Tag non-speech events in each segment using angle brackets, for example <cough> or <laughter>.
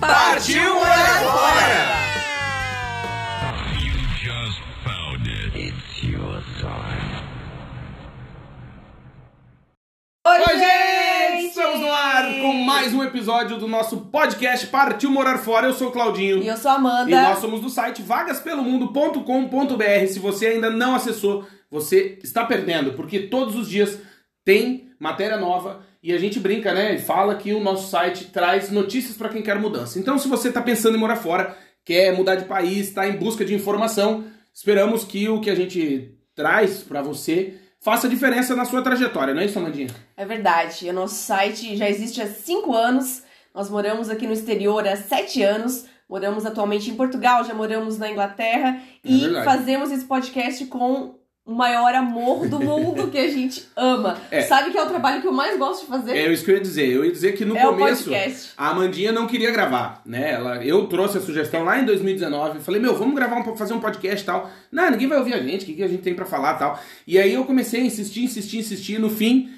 Partiu morar fora! You just found it. It's your time. Oi, gente! Estamos no ar com mais um episódio do nosso podcast Partiu Morar Fora. Eu sou o Claudinho. E eu sou a Amanda. E nós somos do site vagaspelomundo.com.br. Se você ainda não acessou, você está perdendo, porque todos os dias tem matéria nova e a gente brinca, né? E fala que o nosso site traz notícias para quem quer mudança. Então, se você está pensando em morar fora, quer mudar de país, está em busca de informação, esperamos que o que a gente traz para você faça diferença na sua trajetória, não é isso, Amandinha? É verdade. O nosso site já existe há 5 anos. Nós moramos aqui no exterior há 7 anos. Moramos atualmente em Portugal, já moramos na Inglaterra. É e verdade. fazemos esse podcast com o maior amor do mundo que a gente ama. É. Sabe que é o trabalho que eu mais gosto de fazer? É isso que eu ia dizer. Eu ia dizer que no É o começo podcast. a Amandinha não queria gravar, né? Ela, eu trouxe a sugestão lá em 2019, falei, meu, vamos gravar um, po- fazer um podcast e tal. Não, ninguém vai ouvir a gente, o que, que a gente tem pra falar e tal. E aí eu comecei a insistir, insistir, insistir, no fim,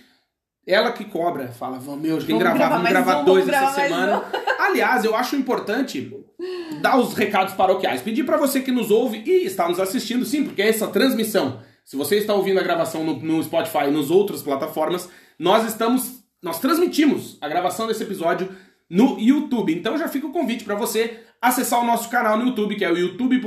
ela que cobra, fala, "Vamos, meu, tem que Vamos gravar, gravar mais vamos gravar um, dois vamos essa gravar mais um. semana. <laughs> Aliás, eu acho importante dar os recados paroquiais. Pedir pra você que nos ouve e está nos assistindo, sim, porque é essa transmissão. Se você está ouvindo a gravação no, no Spotify e nas outras plataformas, nós estamos. Nós transmitimos a gravação desse episódio no YouTube. Então já fica o convite pra você acessar o nosso canal no YouTube, que é o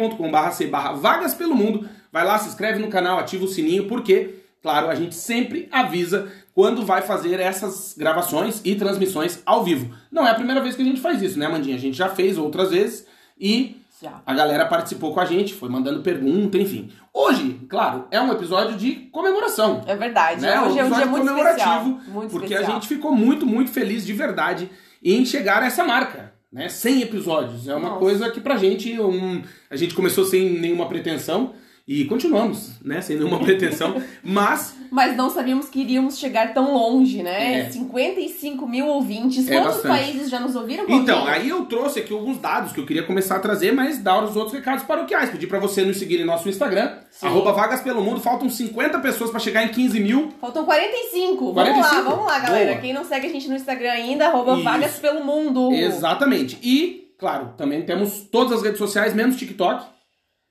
youtube.com.br vagas pelo mundo. Vai lá, se inscreve no canal, ativa o sininho, porque Claro, a gente sempre avisa quando vai fazer essas gravações e transmissões ao vivo. Não é a primeira vez que a gente faz isso, né, Mandinha? A gente já fez outras vezes e Já. a galera participou com a gente, foi mandando pergunta, enfim. Hoje, claro, é um episódio de comemoração. É verdade. Né? Hoje é um episódio dia muito especial. comemorativo, É Muito porque especial. a gente ficou muito, muito feliz de verdade em chegar a essa marca. Né? 100 episódios. É uma Nossa. coisa que pra gente. um, a gente começou sem nenhuma pretensão e continuamos, né? Sem nenhuma <laughs> pretensão. mas Mas não sabíamos que iríamos chegar tão longe, né? É. 55 mil ouvintes. É Quantos bastante. países já nos ouviram? Então, Claudinho? aí eu trouxe aqui alguns dados que eu queria começar a trazer, mas dar os outros recados paroquiais. Pedi pra você nos seguir em nosso Instagram, Sim. arroba vagas pelo mundo. Faltam 50 pessoas pra chegar em 15 mil. Faltam 45. Vamos 45? lá, vamos lá, galera. Boa. Quem não segue a gente no Instagram ainda, arroba Isso. vagas pelo mundo. Exatamente. E, claro, também temos todas as redes sociais, menos TikTok.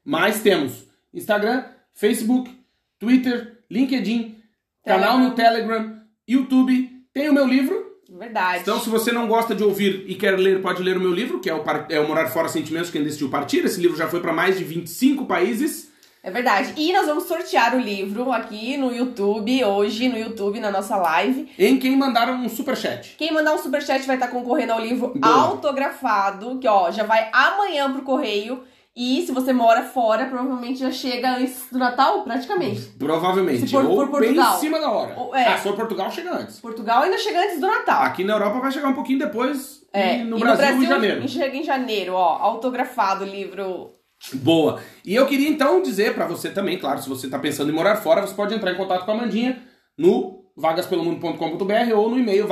Mas temos Instagram, Facebook, Twitter, LinkedIn, canal no Telegram, YouTube. Tem o meu livro, Verdade. Então, se você não gosta de ouvir e quer ler, pode ler o meu livro, que é o, Par- é o Morar Fora Sentimentos Quem Decidiu Partir. Esse livro já foi para mais de 25 países. É verdade. E nós vamos sortear o livro aqui no YouTube, hoje, no YouTube, na nossa live. Em quem mandaram um superchat. Quem mandar um superchat vai estar concorrendo ao livro Boa. autografado, que ó, já vai amanhã pro correio. E se você mora fora, provavelmente já chega antes do Natal, praticamente. Provavelmente. Se for Ou por bem Portugal. em cima da hora. Ou- é. Ah, se for Portugal, chega antes. Ah, Portugal ainda chega antes do Natal. Aqui na Europa vai chegar um pouquinho depois. É, e no, e Brasil, em janeiro. Chega em janeiro, ó, autografado o livro. Boa. E eu queria então dizer pra você também, claro, se você tá pensando em morar fora, você pode entrar em contato com a Mandinha no vagaspelomundo.com.br ou no e-mail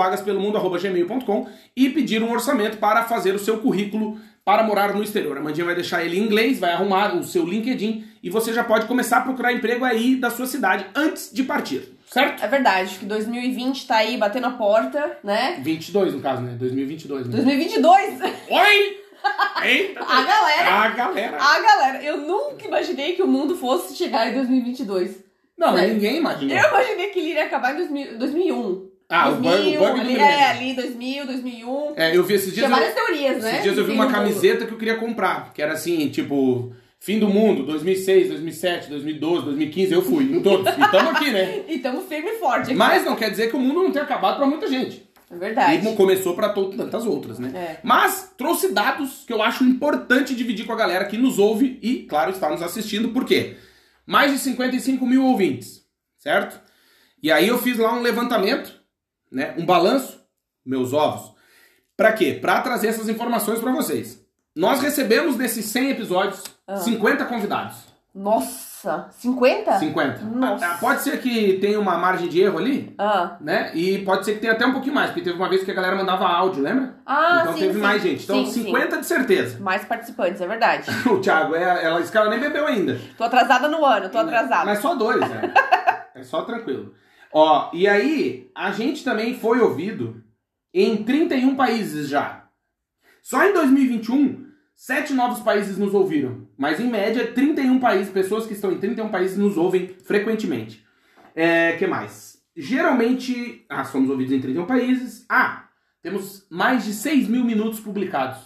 vagaspelomundo@gmail.com e pedir um orçamento para fazer o seu currículo para morar no exterior. A Mandinha vai deixar ele em inglês, vai arrumar o seu LinkedIn e você já pode começar a procurar emprego aí da sua cidade antes de partir, certo? É verdade, que 2020 tá aí batendo a porta, né? 22 no caso, né? 2022, né? 2022, Oi! <laughs> Eita! a galera, A galera. a galera, eu nunca imaginei que o mundo fosse chegar em 2022. Não, É. ninguém imaginou. Eu imaginei que ele iria acabar em 2000, 2001. Ah, o bug, o 2000, bug do ali, primeiro. É, ali, 2000, 2001. É, eu vi esses dias. Tinha eu- várias teorias, né? Esses dias eu vi do fim uma do mundo. camiseta que eu queria comprar, que era assim, tipo, fim do mundo, 2006, 2007, 2012, 2015, eu fui, em todos. E tamo aqui, <laughs> né? E tamo firme e forte aqui. Mas não quer dizer que o mundo não tenha acabado pra muita gente. É verdade. E não começou pra to- tantas outras, né? É. Mas trouxe dados que eu acho importante dividir com a galera que nos ouve e, claro, está nos assistindo, por quê? Mais de 55 mil ouvintes, certo? E aí eu fiz lá um levantamento, né? Um balanço meus ovos. Pra quê? Pra trazer essas informações pra vocês. Nós recebemos desses 100 episódios Ah. 50 convidados. Nossa, 50? 50. Nossa. Ah, Pode ser que tenha uma margem de erro ali, Ah, né? E pode ser que tenha até um pouquinho mais, porque teve uma vez que a galera mandava áudio, lembra? ah então sim, teve sim. mais gente. Então Sim, sim. 50 de certeza. <laughs> Mais participantes, é verdade. O Thiago, é, ela, esse cara nem bebeu ainda. Tô atrasada no ano, tô atrasada. Mas só dois, <laughs> né? é só tranquilo. Ó, e aí, a gente também foi ouvido em 31 países já. Só em 2021, sete novos países nos ouviram. Mas em média, 31 países, pessoas que estão em 31 países nos ouvem frequentemente. É, que mais? Geralmente, ah, somos ouvidos em 31 países. Ah, temos mais de 6 mil minutos publicados.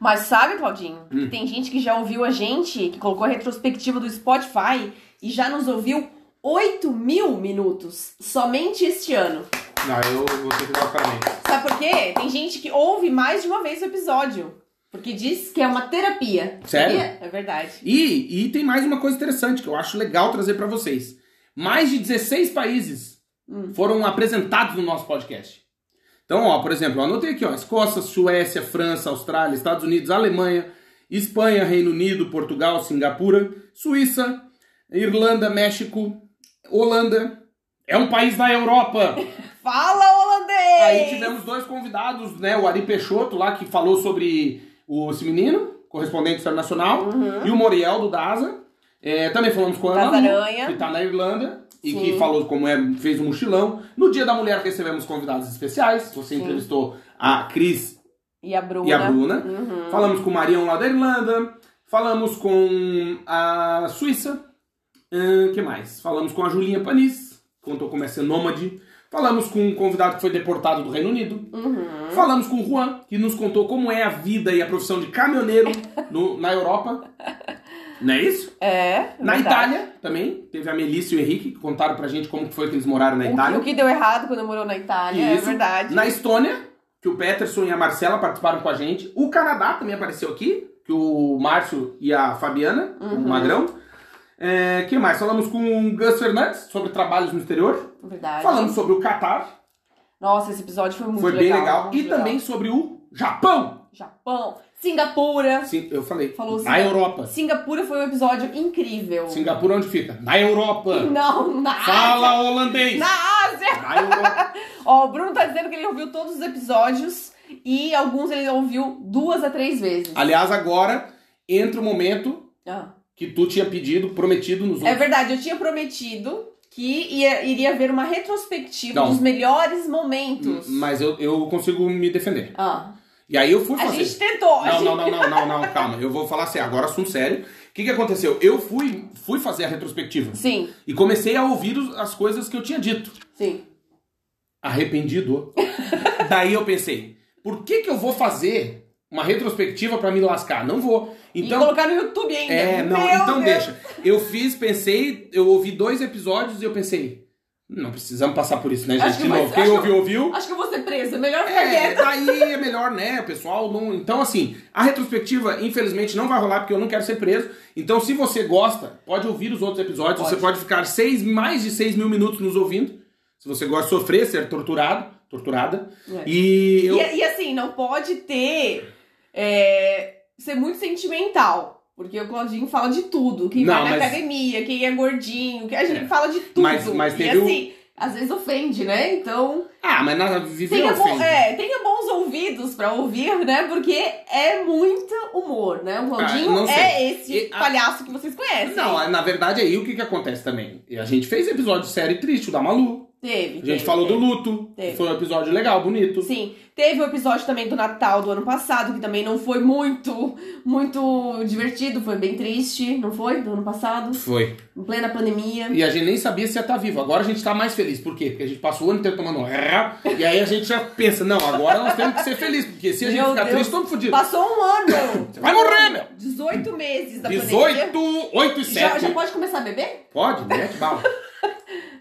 Mas sabe, Claudinho, que Hum. tem gente que já ouviu a gente, que colocou a retrospectiva do Spotify e já nos ouviu 8 mil minutos somente este ano. Não, eu vou ter que dar os parabéns. Sabe por quê? Tem gente que ouve mais de uma vez o episódio. Porque diz que é uma terapia. Sério? Sabia? É verdade. E, e tem mais uma coisa interessante que eu acho legal trazer pra vocês. Mais de 16 países Hum. foram apresentados no nosso podcast. Então, ó, por exemplo, eu anotei aqui, ó, Escócia, Suécia, França, Austrália, Estados Unidos, Alemanha, Espanha, Reino Unido, Portugal, Singapura, Suíça, Irlanda, México, Holanda. É um país da Europa. Fala, holandês! Aí tivemos dois convidados, né? O Ari Peixoto lá que falou sobre o, esse menino, correspondente internacional, Uhum. e o Moriel do Daza. É, também falamos com a Das Ana Lu, Aranha. que tá na Irlanda e Sim. que falou como é, fez um mochilão. No Dia da Mulher recebemos convidados especiais. Você Sim. entrevistou a Cris E a Bruna. e a Bruna. Uhum. Falamos com o Marião lá da Irlanda. Falamos com a Suíça. O que mais? Falamos com a Julinha Panis, contou como é ser nômade. Falamos com um convidado que foi deportado do Reino Unido. Uhum. Falamos com o Juan, que nos contou como é a vida e a profissão de caminhoneiro no- <laughs> na Europa. Não é isso? É. Na verdade. Itália também. Teve a Melissa e o Henrique, que contaram pra gente como que foi que eles moraram na O- Itália. O que deu errado quando morou na Itália, Isso. é verdade. Na Estônia, que o Peterson e a Marcela participaram com a gente. O Canadá também apareceu aqui, que o Márcio e a Fabiana, Uhum. o Magrão. É, que mais? Falamos com o Gus Fernandes sobre trabalhos no exterior. Verdade. Falamos sobre o Catar, Nossa, esse episódio foi muito foi bem legal. legal. muito E também sobre o Japão. Japão, Singapura. Sim, eu falei. Falou na sim. Europa. Singapura foi um episódio incrível. Singapura onde fica? Na Europa. Não, na Fala holandês. Na Ásia! Na Europa. Ó, o Bruno tá dizendo que ele ouviu todos os episódios e alguns ele ouviu duas a três vezes. Aliás, agora entra o momento Ah. que tu tinha pedido, prometido nos É outros. verdade, eu tinha prometido que ia- iria haver uma retrospectiva Não. Hum, dos melhores momentos. Mas eu, eu consigo me defender. Ah. E aí eu fui A fazer. gente tá tentou. a Não, gente... não, não, não, não, não, calma. Eu vou falar sério, agora assunto sério. O que, que aconteceu? Eu fui, fui fazer a retrospectiva Sim, e comecei a ouvir os- as coisas que eu tinha dito. sim. Arrependido. <laughs> Daí eu pensei, por que, que eu vou fazer uma retrospectiva pra me lascar? Não vou. Então, e colocar no YouTube ainda. É, não, Meu então Deus. deixa. Eu fiz, pensei, eu ouvi dois episódios e eu pensei, não precisamos passar por isso, né, Acho gente? que De vai- novo, quem acho que- ouviu, ouviu. Acho que eu vou ser presa, melhor ficar É, quieto. daí é melhor, né, pessoal? Não- então, assim, a retrospectiva, infelizmente, não vai rolar porque eu não quero ser preso. Então, se você gosta, pode ouvir os outros episódios. Pode. Você pode ficar seis, mais de seis mil minutos nos ouvindo. Se você gosta de sofrer, ser torturado, torturada. É. E eu. E, e assim, não pode ter. é, ser muito sentimental. Porque o Claudinho fala de tudo. Quem Não, vai na mas- academia, quem é gordinho, que a gente É. fala de tudo. Mas- mas e teve um- assim, às vezes ofende, né? Então, Ah, mas nada, viver tenha, bom- ofende. é, tenha bons ouvidos pra ouvir, né? Porque é muito humor, né? O Ah, Claudinho não sei. é esse E a- palhaço que vocês conhecem. Não, é, na verdade aí o que, que acontece também? E A gente fez episódio sério e triste, o da Malu. Teve. A gente falou do luto. Teve. que Foi um episódio legal, bonito. Sim, teve o episódio também do Natal do ano passado, que também não foi muito, muito divertido, foi bem triste, não foi? Do ano passado, Foi. em plena pandemia. E a gente nem sabia se ia estar vivo. Agora a gente tá mais feliz. Por quê? Porque a gente passou o ano inteiro tomando rá, e aí a gente já pensa, não, agora nós temos que ser felizes, porque se a gente Meu ficar Deus. triste, estamos fodidos. Passou um ano! Você <coughs> vai morrer, meu! 18 meses da pandemia. 18, 8 e 7. Já, já pode começar a beber? Pode, mete bala.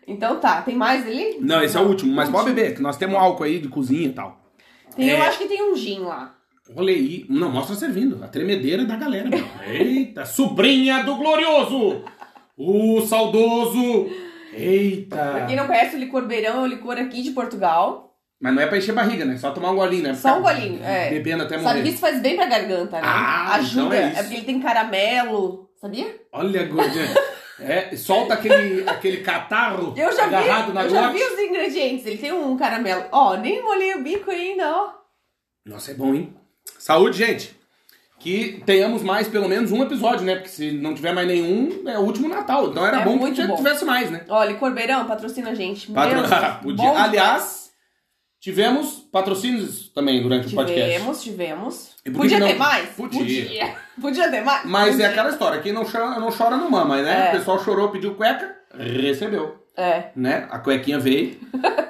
Então tá, tem mais ali? Não, esse é o último, mas pode beber, que nós temos álcool aí de cozinha e tal. Tem, Eu É. acho que tem um gin lá. Olha aí. Não, mostra servindo. A tremedeira da galera, meu. Eita, sobrinha do glorioso! O saudoso! Eita! Pra quem não conhece, o licor beirão é o licor aqui de Portugal. Mas não é pra encher barriga, né? Só tomar um golinho, né? Só um Ficar golinho, é. Bebendo até Sabe morrer. que isso faz bem pra garganta, né? Ah, Ajuda. então é isso. porque ele tem caramelo, sabia? Olha, gordinha. É, solta aquele, aquele catarro Eu já agarrado vi, na eu já glote. vi os ingredientes. Ele tem um caramelo. Ó, nem molhei o bico ainda, ó. Nossa, é bom, hein? Saúde, gente. Que tenhamos mais pelo menos um episódio, né? Porque se não tiver mais nenhum, é o último Natal. Então era É bom muito que bom. tivesse mais, né? Olha, Corbeirão, patrocina a gente. Meu Patro- Deus, <laughs> Podia. bom Aliás, tivemos patrocínios também durante o demais. podcast. tivemos, tivemos. E por que Podia que não- ter mais? Podia. Podia, <laughs> Podia ter mais? Mas é Podia. aquela história, quem não chora não, chora, não mama, né? É. O pessoal chorou, pediu cueca, recebeu. É. né? A cuequinha veio.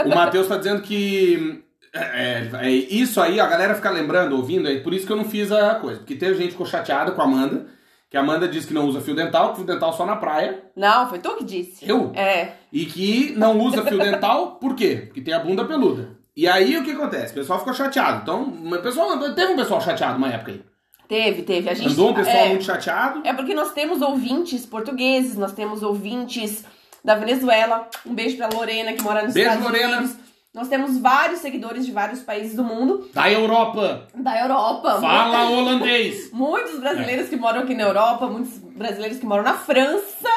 O Matheus tá dizendo que. É, é, é isso aí, a galera fica lembrando, ouvindo, é por isso que eu não fiz a coisa. Porque teve gente que ficou chateada com a Amanda, que a Amanda disse que não usa fio dental, que fio dental só na praia. Não, foi tu que disse. Eu? É. E que não usa fio dental, por quê? Porque tem a bunda peluda. E aí o que acontece? O pessoal ficou chateado. Então, uma pessoa, teve um pessoal chateado uma época aí. Teve, teve. A gente. Andou um pessoal é. muito chateado. É porque nós temos ouvintes portugueses, nós temos ouvintes da Venezuela. Um beijo pra Lorena, que mora nos Beijo, Estados Lorena. Unidos. Nós temos vários seguidores de vários países do mundo, Da Europa! da Europa. Fala holandês! Muitos É. brasileiros que moram aqui na Europa, muitos brasileiros que moram na França.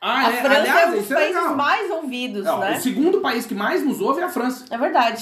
Ah, a é, França é um aliás, dos isso é países legal. mais ouvidos, Ó, né? O segundo país que mais nos ouve é a França. É verdade.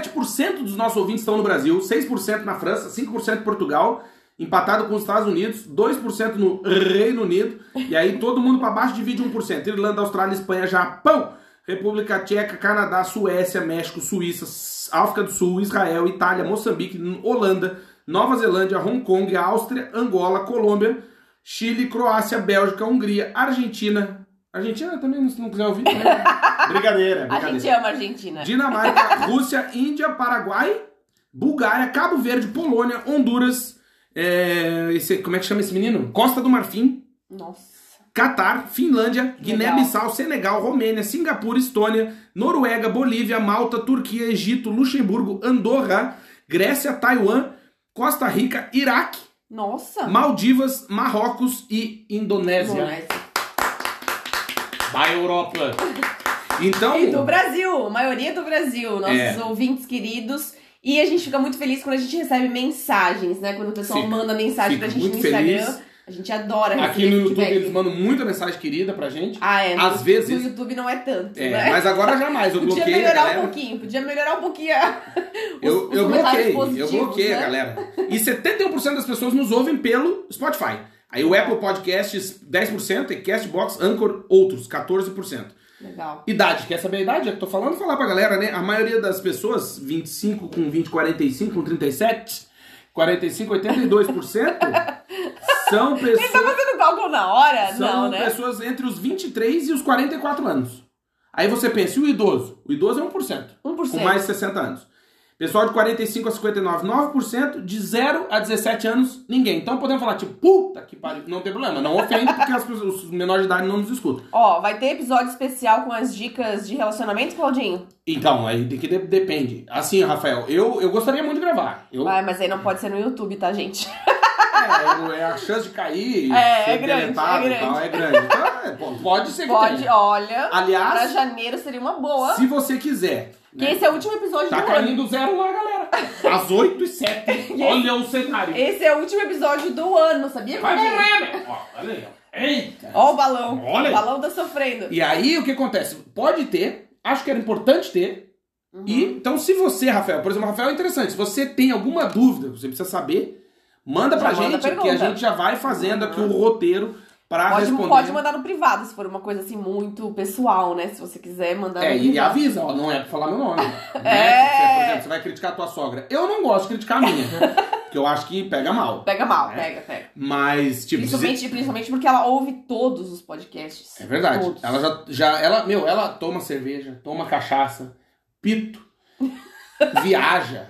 77% dos nossos ouvintes estão no Brasil, 6% na França, 5% em Portugal, empatado com os Estados Unidos, 2% no Reino Unido, e aí todo mundo para baixo divide 1%. Irlanda, Austrália, Espanha, Japão, República Tcheca, Canadá, Suécia, México, Suíça, S- África do Sul, Israel, Itália, Moçambique, N- Holanda, Nova Zelândia, Hong Kong, Áustria, Angola, Colômbia, Chile, Croácia, Bélgica, Hungria, Argentina. Argentina também, se não quiser ouvir. Né? <laughs> brincadeira, brincadeira. A gente ama a Argentina. Dinamarca, <laughs> Rússia, Índia, Paraguai, Bulgária, Cabo Verde, Polônia, Honduras, é, esse, como é que chama esse menino? Costa do Marfim, Nossa. Catar, Finlândia, Guiné-Bissau, Senegal, Romênia, Singapura, Estônia, Noruega, Bolívia, Malta, Turquia, Egito, Luxemburgo, Andorra, Grécia, Taiwan, Costa Rica, Iraque, Nossa. Maldivas, Marrocos e Indonésia. Indonésia. Vai, Europa! Então, E do Brasil, a maioria do Brasil, nossos É. ouvintes queridos. E a gente fica muito feliz quando a gente recebe mensagens, né? Quando o pessoal Fica. manda mensagem Fica pra gente muito no Instagram. feliz. A gente adora receber aqui no YouTube feedback. eles mandam muita mensagem querida pra gente. Ah, é. Às no, vezes- No YouTube não é tanto, É, né? mas agora jamais. Eu Podia bloqueei a melhorar um galera. pouquinho, podia melhorar um pouquinho a- os, eu, os eu comentários bloqueei, eu positivos, bloqueei né? a galera. E 71% das pessoas nos ouvem pelo Spotify. Aí o Apple Podcasts 10% e Castbox, Anchor, outros 14%. Legal. Idade, quer saber a idade? É que eu tô falando, falar pra galera, né? A maioria das pessoas, 25 com 20, 45 com 37, <laughs> 45, 82%, são Ele tá pessoas, fazendo cálculo na hora? são não, né? pessoas entre os 23 e os 44 anos. Aí você pensa, e o idoso? O idoso é 1%. 1%. com mais de 60 anos. Pessoal de 45 a 59, 9%. De 0 a 17 anos, ninguém. Então podemos falar, tipo, puta que pariu. Não tem problema, não ofende, porque as pessoas, os menores de idade não nos escutam. Ó, vai ter episódio especial com as dicas de relacionamento, Claudinho? Então, aí de que de- depende. Assim, Rafael, eu, eu gostaria muito de gravar. Eu, é, Vai, Ah, mas aí não pode ser no YouTube, tá, gente? eu- é a chance de cair, É, ser é grande, deletado é e tal, é grande. Então, é, pô, <laughs> pode ser que Pode, tenha. olha. Pra Aliás, janeiro seria uma boa. se você quiser. Porque né? esse é o último episódio Tá do ano. caindo zero lá, galera. Às 8 <laughs> e 7 Olha o cenário. Esse é o último episódio do ano, sabia? Vai Claudinho? morrer, Ó, olha aí, ó. Eita! Ó o balão. Olha aí. O balão tá sofrendo. E aí, o que acontece? Pode ter, acho que era importante ter. Uhum. E, então, se você, Rafael, por exemplo, Rafael é interessante, se você tem alguma dúvida, você precisa saber, manda pra Já manda gente, que a pergunta. Uhum. gente já vai fazendo aqui o roteiro pra Pode, responder. pode mandar no privado, se for uma coisa assim muito pessoal, né? Se você quiser mandar É, no e privado. avisa, ó, não é pra falar meu nome. <laughs> É. Você, por exemplo, você vai criticar a tua sogra. Eu não gosto de criticar <laughs> a minha, porque eu acho que pega mal. Pega mal, É. pega, pega. Mas, tipo, dizer- Principalmente, principalmente porque ela ouve todos os podcasts. É verdade. Todos. Ela já, já. Ela, meu, ela toma cerveja, toma cachaça, <laughs> pito, viaja.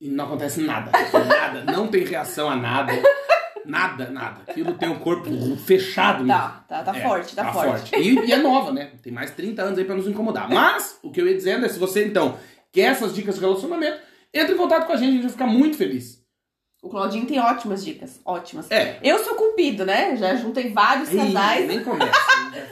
E não acontece nada. Nada. Não tem reação a nada. Nada, nada. Aquilo tem um corpo fechado mesmo. Tá, tá, tá É, forte, tá, forte. É. E, e é nova, né? Tem mais 30 anos aí pra nos incomodar. Mas, o que eu ia dizendo é, se você, então, quer essas dicas de relacionamento, entre em contato com a gente, a gente vai ficar muito feliz. O Claudinho tem ótimas dicas, ótimas. É. Eu sou cupido, né? Já juntei vários Ih, casais, nem começa.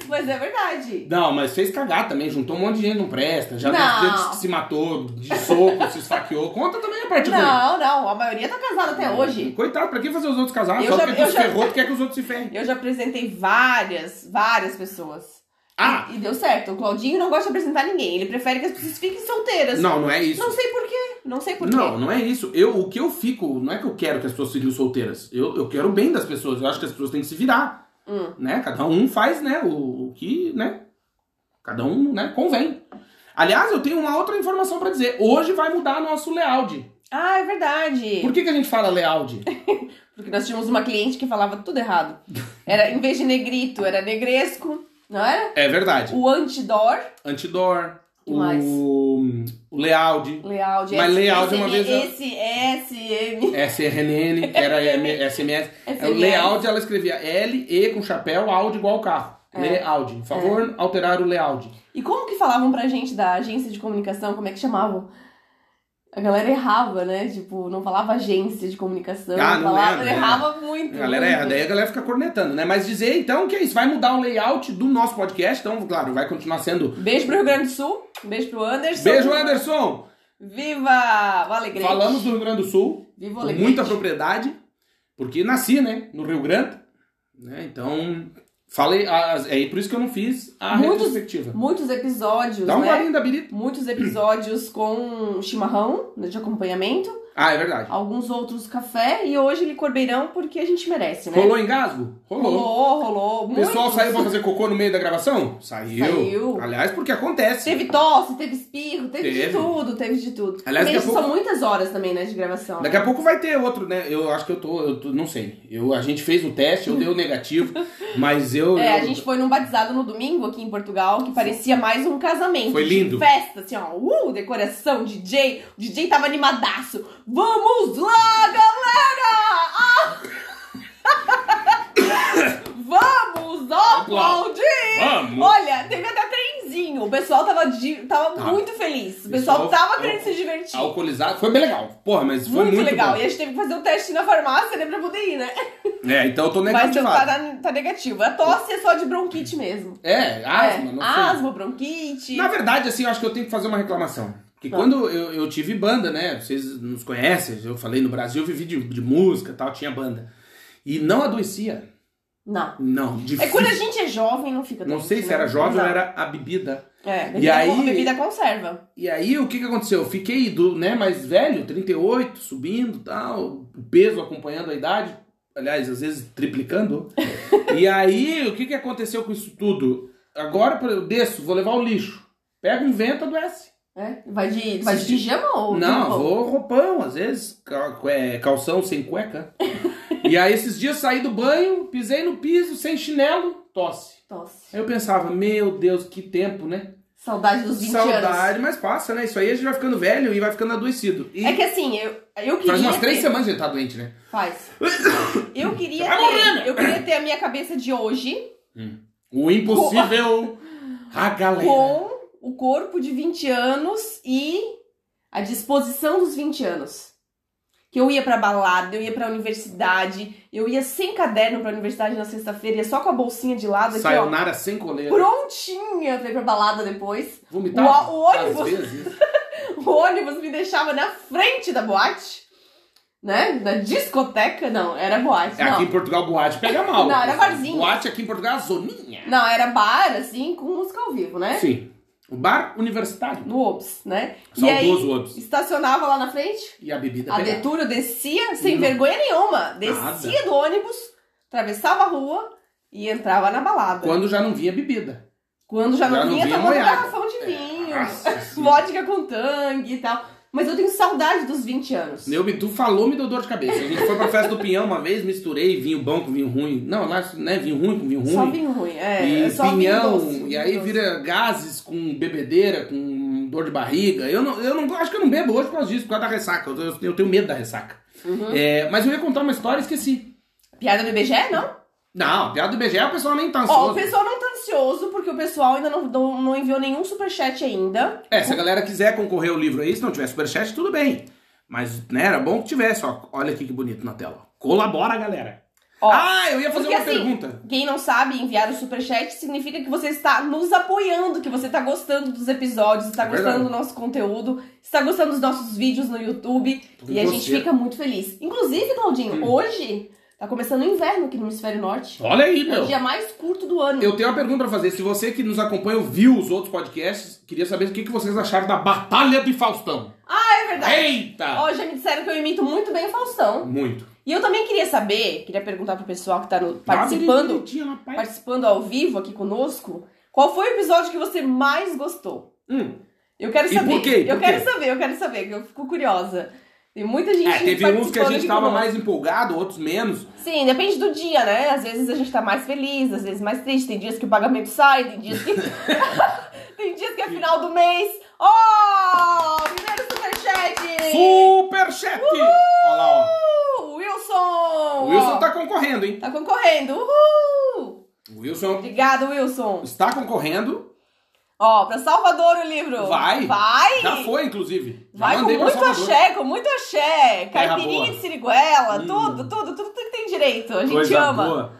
mas é verdade. Não, mas fez cagar também, juntou um monte de gente, não presta. Já Não. teve gente que se matou de soco, se esfaqueou. Conta também a parte ruim. Não, não, a maioria tá casada até hoje. Coitado, pra que fazer os outros casar? Eu Só já- porque tu eu se já- ferrou, tu quer que os outros se ferrem. Eu já apresentei várias, várias pessoas. Ah! E deu certo. O Claudinho não gosta de apresentar ninguém. Ele prefere que as pessoas fiquem solteiras. Não, não é isso. Não sei porquê. Não sei porquê. Não, não é isso. Eu, o que eu fico, não é que eu quero que as pessoas fiquem solteiras. Eu, eu quero o bem das pessoas. Eu acho que as pessoas têm que se virar, Hum. né? Cada um faz, né, o, o que, né? Cada um, né, convém. Aliás, eu tenho uma outra informação pra dizer. Hoje vai mudar nosso layout. Ah, é verdade. Por que, que a gente <laughs> fala layout? Porque nós tínhamos uma cliente que falava tudo errado. Era, em vez de negrito, era negresco, não era? É verdade. O antidor, Antidor, Que o, mais? o layout, layout, Mas S- layout uma SM, vez eu- Esse, S, M, SRNN, <laughs> que era M- SMS. É, O SMS. layout ela escrevia L, E com chapéu, Audi igual carro. É. Layout. Por favor, alterar o layout. E como que falavam pra gente da agência de comunicação? Como é que chamavam? A galera errava, né? Tipo, não falava agência de comunicação. Ah, não falava, lembro, né? errava muito. A galera muito. erra, daí a galera fica cornetando, né? Mas dizer então que é isso, vai mudar o layout do nosso podcast, então, claro, vai continuar sendo. Beijo pro Rio Grande do Sul. Beijo pro Anderson. Beijo, Anderson! Viva o Alegrete. Falamos do Rio Grande do Sul, Viva o com Alegrete. muita propriedade, porque nasci, né? No Rio Grande, né? Então, falei, as- é aí por isso que eu não fiz a Muitos- retrospectiva. Muitos episódios, Dá um né? golinho da birita. Muitos episódios com chimarrão né, de acompanhamento, Ah, é verdade. alguns outros café e hoje licor beirão porque a gente merece, né? Rolou engasgo? Rolou. rolou. rolou O pessoal muitos. saiu pra fazer cocô no meio da gravação? Saiu. Saiu. Aliás, porque acontece. Teve tosse, teve espirro, teve, Teve. de tudo, teve de tudo. Aliás, Também daqui a pouco- são muitas horas também, né, de gravação. Daqui a pouco vai ter outro, né? Eu acho que eu tô, eu tô- não sei. Eu, a gente fez o teste, eu dei <laughs> o negativo, mas eu. É, a eu- gente foi num batizado no domingo aqui em Portugal, que parecia mais um casamento. Foi lindo. De festa, assim, ó. Uh, decoração, DJ. O DJ tava animadaço. Vamos lá, galera! Ah! <laughs> Vamos aplaudir! Vamos! Olha, teve até trenzinho. O pessoal tava, de- tava Tá. muito feliz. O pessoal, Pessoal, tava querendo se divertir. Alcoolizado. Foi bem legal. Porra, mas foi muito, muito legal. bom. E a gente teve que fazer o teste na farmácia, né, pra poder ir, né? É, então eu tô Mas tá, negativado. tá, tá negativo. A tosse é só de bronquite mesmo. É, asma, É, não sei. asma, bronquite. Na verdade, assim, eu acho que eu tenho que fazer uma reclamação. Porque Tá. quando eu, eu tive banda, né? Vocês nos conhecem, eu falei no Brasil, eu vivi de, de música e tal, tinha banda. E não adoecia. Não. Não, difícil. É quando a gente é jovem, não fica Não doente, sei se né? era jovem ou Não. era a bebida. É, E bebida, aí- bebida conserva. E aí, o que que aconteceu? Eu fiquei, do, né, mais velho, 38, subindo, tal, o peso acompanhando a idade, aliás, às vezes <laughs> triplicando. e aí, o que que aconteceu com isso tudo? Agora, por exemplo, eu desço, vou levar o lixo. Pega um vento, adoece. É, vai de, vai de Sim. pijama ou... Não, ou- vou roupão, às vezes, cal- é, calção sem cueca. e aí, esses dias, saí do banho, pisei no piso, sem chinelo, tosse. Tosse. Aí eu pensava, meu Deus, que tempo, né? Saudade dos 20 anos. Saudade, mas passa, né? Isso aí a gente vai ficando velho e vai ficando adoecido. E É que assim, eu, eu queria... faz umas três ter- semanas que ele tá doente, né? Faz. Eu queria Vai morrer, ter, eu queria ter a minha cabeça de hoje <laughs> O impossível. A galera. com o corpo de 20 anos e a disposição dos 20 anos. Que eu ia pra balada, eu ia pra universidade, eu ia sem caderno pra universidade na sexta-feira, ia só com a bolsinha de lado aqui, ó. Sayonara sem coleira. prontinha pra ir pra balada depois. O, Vomitar. o Às ônibus, vezes. o ônibus me deixava na frente da boate, né? Na discoteca, não, era boate. É, Aqui Não. em Portugal, boate pega mal. Não, era barzinho. Boate aqui em Portugal é zoninha. não, era bar, assim, com música ao vivo, né? Sim. O bar universitário. No Ops, né? e aí, Saudoso Ops. estacionava lá na frente, E a bebida a pegava. Detura descia, sem Não. vergonha nenhuma, descia Nada. do ônibus, atravessava a rua e entrava na balada. Quando já não vinha bebida. Quando já não Já não vinha, vinha É. Ah, tomando molhado. garrafão de vinho. <laughs> Nossa senhora. vodka com tangue e tal. Mas eu tenho saudade dos 20 anos. Meu, me- tu falou, me deu dor de cabeça. A gente foi pra festa do Pinhão uma vez, misturei vinho bom com vinho ruim. Não, lá, né, vinho ruim com vinho ruim. Só vinho ruim, é. e é só pinhão, vinho doce, vinho e aí doce. vira gases com bebedeira, com dor de barriga. Eu não, eu não acho que eu não bebo hoje por causa disso, por causa da ressaca. Eu, eu- eu tenho medo da ressaca. Uhum. É, mas eu ia contar uma história e esqueci. Piada do IBGE, não? Não, piada do IBGE, o pessoal nem tá ansioso. Ó, o pessoal não tá ansioso, porque o pessoal ainda não, não, não enviou nenhum superchat ainda. É, se a galera quiser concorrer ao livro aí, se não tiver superchat, tudo bem. Mas, né, era bom que tivesse, ó. Olha aqui que bonito na tela. ó. Colabora, galera. Ó, ah, eu ia fazer porque uma assim, pergunta. Quem não sabe, enviar o superchat significa que você está nos apoiando, que você está gostando dos episódios, está É gostando do verdade. nosso conteúdo, está gostando dos nossos vídeos no YouTube. Tô com E a gente coceira. fica muito feliz. Inclusive, Claudinho, Hum. hoje tá começando o inverno aqui no Hemisfério Norte. Olha aí, É o meu. dia mais curto do ano. Eu tenho uma pergunta pra fazer. Se você que nos acompanha viu os outros podcasts, queria saber o que, que vocês acharam da Batalha de Faustão. É verdade. Eita! Ó, já me disseram que eu imito muito bem o Faustão. Muito. E eu também queria saber, queria perguntar pro pessoal que tá no- participando, Tinha na página. participando ao vivo aqui conosco, qual foi o episódio que você mais gostou? Hum. Eu quero E saber. por quê? Eu Por quero quê? saber, eu quero saber, que eu fico curiosa. Tem muita gente É, teve uns que a participando gente aqui tava conosco. mais empolgado, outros menos. Sim, depende do dia, né? Às vezes a gente tá mais feliz, às vezes mais triste. Tem dias que o pagamento sai, tem dias que. <laughs> tem dias que é final do mês. Oh! Primeiro superchat! Superchat! Olha lá, Uh, ó. ó. O Wilson tá concorrendo, hein? Tá concorrendo. Uhul! O Wilson Obrigado, Wilson. está concorrendo. Ó, pra Salvador o livro. Vai. Vai! Já foi, inclusive. Já Vai com mandei pra muito Salvador. axé, com muito axé. boa. Caipirinha de siriguela, Hum. tudo, tudo, tudo que tem direito. A gente Coisa ama. boa.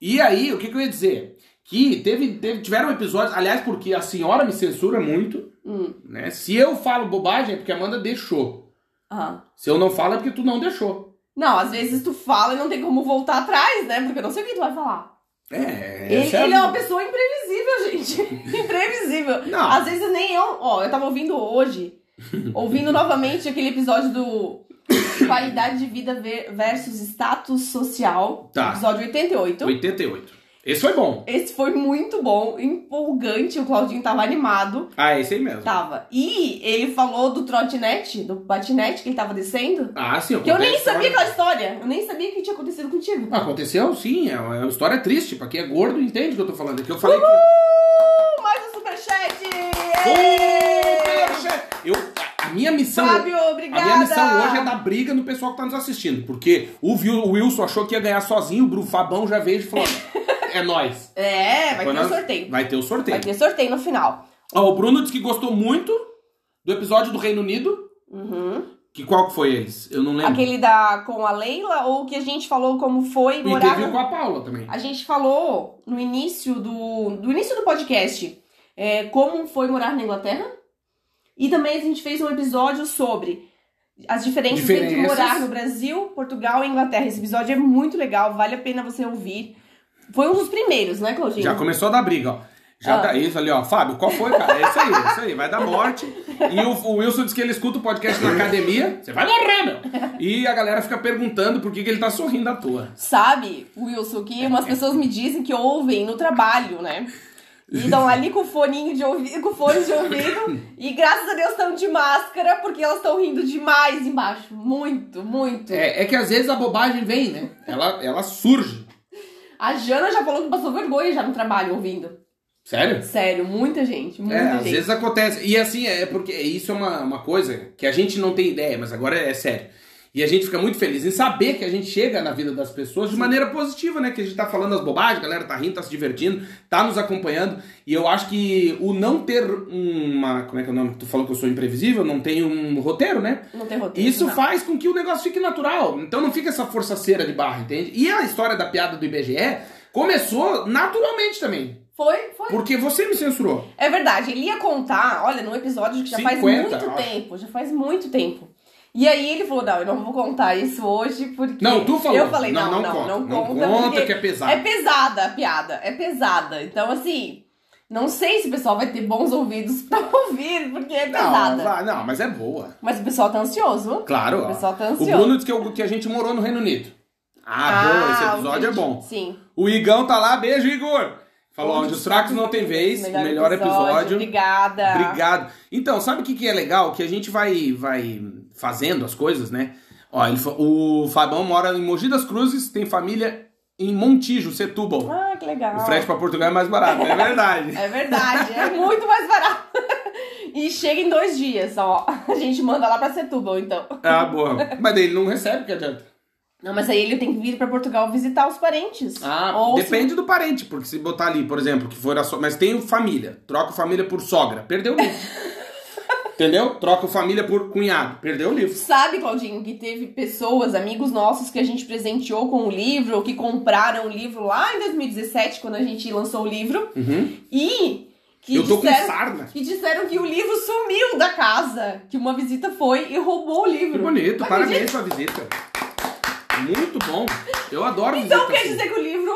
E aí, o que, que eu ia dizer? Que teve, teve- tiveram episódios, aliás, porque a senhora me censura muito, Hum. né? Se eu falo bobagem é porque a Amanda deixou. aham. Se eu não falo é porque tu não deixou. Não, às vezes tu fala e não tem como voltar atrás, né? Porque eu não sei o que tu vai falar. É, Ele, essa ele a- é uma pessoa imprevisível, <laughs> gente. imprevisível. Não. Às vezes nem eu. Ó, eu tava ouvindo <laughs> hoje, ouvindo novamente aquele episódio do Qualidade de Vida ver- versus Status Social, Tá, episódio 88. 88. Esse foi bom. Esse foi muito bom, empolgante. O Claudinho tava animado. Ah, esse aí mesmo. Tava. E ele falou do trotinete, do patinete que ele tava descendo. Ah, sim. Que eu nem acontece sabia história- aquela história. Eu nem sabia o que tinha acontecido contigo. Aconteceu, sim. É uma é uma história triste. Pra quem é gordo, entende o que eu tô falando. É que eu falei Uh, mais um superchat! que... Ê! Superchat! Eu, a- a minha missão... Fábio, A minha obrigada! missão hoje é dar briga no pessoal que tá nos assistindo, porque o Vi- o Wilson achou que ia ganhar sozinho, o Bru Fabão já veio e falou: é nóis. É, vai Foi ter um nós- sorteio. Vai ter o sorteio. Vai ter sorteio no final. Ó, o Bruno disse que gostou muito do episódio do Reino Unido. Uhum. Que qual que foi esse? Eu não lembro. Aquele da com a Leila ou o que a gente falou como foi e morar teve no o com a Paula também. A gente falou no início do, do início do podcast é, como foi morar na Inglaterra. E também a gente fez um episódio sobre as diferenças, entre Diferenças. morar no Brasil, Portugal e Inglaterra. Esse episódio é muito legal, vale a pena você ouvir. Foi um dos primeiros, né, Claudinho? Já começou a dar briga, ó. Já Ah. dá isso ali, ó. Fábio, qual foi, cara? É isso aí, é isso aí. Vai dar morte. E o, o Wilson disse que ele escuta o podcast na academia. Você vai morrer, meu! E a galera fica perguntando por que, que ele tá sorrindo à toa. Sabe, Wilson, É, que umas pessoas me dizem que ouvem no trabalho, né? E estão ali com foninho de ouvido, com fones de ouvido, e graças a Deus estão de máscara, porque elas estão rindo demais embaixo. Muito, muito. É, é que às vezes a bobagem vem, né? Ela, ela surge. A Jana já falou que passou vergonha já no trabalho ouvindo. Sério? Sério, muita gente, muita É, às gente. vezes acontece. E assim, é porque isso é uma, uma coisa que a gente não tem ideia, mas agora é sério. E a gente fica muito feliz em saber que a gente chega na vida das pessoas de maneira positiva, né? Que a gente tá falando as bobagens, a galera tá rindo, tá se divertindo, tá nos acompanhando. E eu acho que o não ter uma. Como é que é o nome? Tu falou que eu sou imprevisível, não tem um roteiro, né? Não tem roteiro. Isso não. faz com que o negócio fique natural. Então não fica essa forçaceira de barra, entende? E a história da piada do IBGE começou naturalmente também. Foi, foi. Porque você me censurou. É verdade, ele ia contar, olha, num episódio que já faz 50, muito eu acho. tempo, já faz muito tempo. E aí ele falou, não, eu não vou contar isso hoje, porque... Não, tu falou. Eu falei, não, Não, não, não conta, não não conta, conta porque que é pesado. É pesada a piada, é pesada. Então, assim, não sei se o pessoal vai ter bons ouvidos <laughs> pra ouvir, porque é pesada. Não, vai- não, mas é boa. Mas o pessoal tá ansioso. Claro. O ó. pessoal tá O ansioso. Bruno disse que, eu- que a gente morou no Reino Unido. Ah, boa, esse episódio é gente, bom. Sim. O Igão tá lá, beijo, Igor. Falou onde os fracos não têm vez, o melhor episódio. Obrigada. Obrigado. Então, sabe o que, que é legal? Que a gente vai, vai fazendo as coisas, né? Ó, ele fa- o Fabão mora em Mogi das Cruzes, tem família em Montijo, Setúbal. Ah, que legal. O frete pra Portugal é mais barato, <laughs> é verdade. É verdade, é muito mais barato. E chega em dois dias, ó. A gente manda lá pra Setúbal, então. Ah, boa. Mas daí ele não recebe, que adianta. Não, mas aí ele tem que vir pra Portugal visitar os parentes. Ah, Ou se- depende do parente, porque <laughs> se botar ali, por exemplo, que for a so... Mas tem família, troca família por sogra, perdeu mesmo. Entendeu? Troca o família por cunhado. Perdeu o livro. Sabe, Claudinho, que teve pessoas, amigos nossos, que a gente presenteou com o livro, ou que compraram o livro lá em 2017, quando a gente lançou o livro, Uhum. e que Eu tô com disseram, sarna. que disseram que o livro sumiu da casa, que uma visita foi e roubou o Que livro. bonito. Acredita? Parabéns pra visita. Muito bom. Eu adoro Então visita. quer assim. dizer que o livro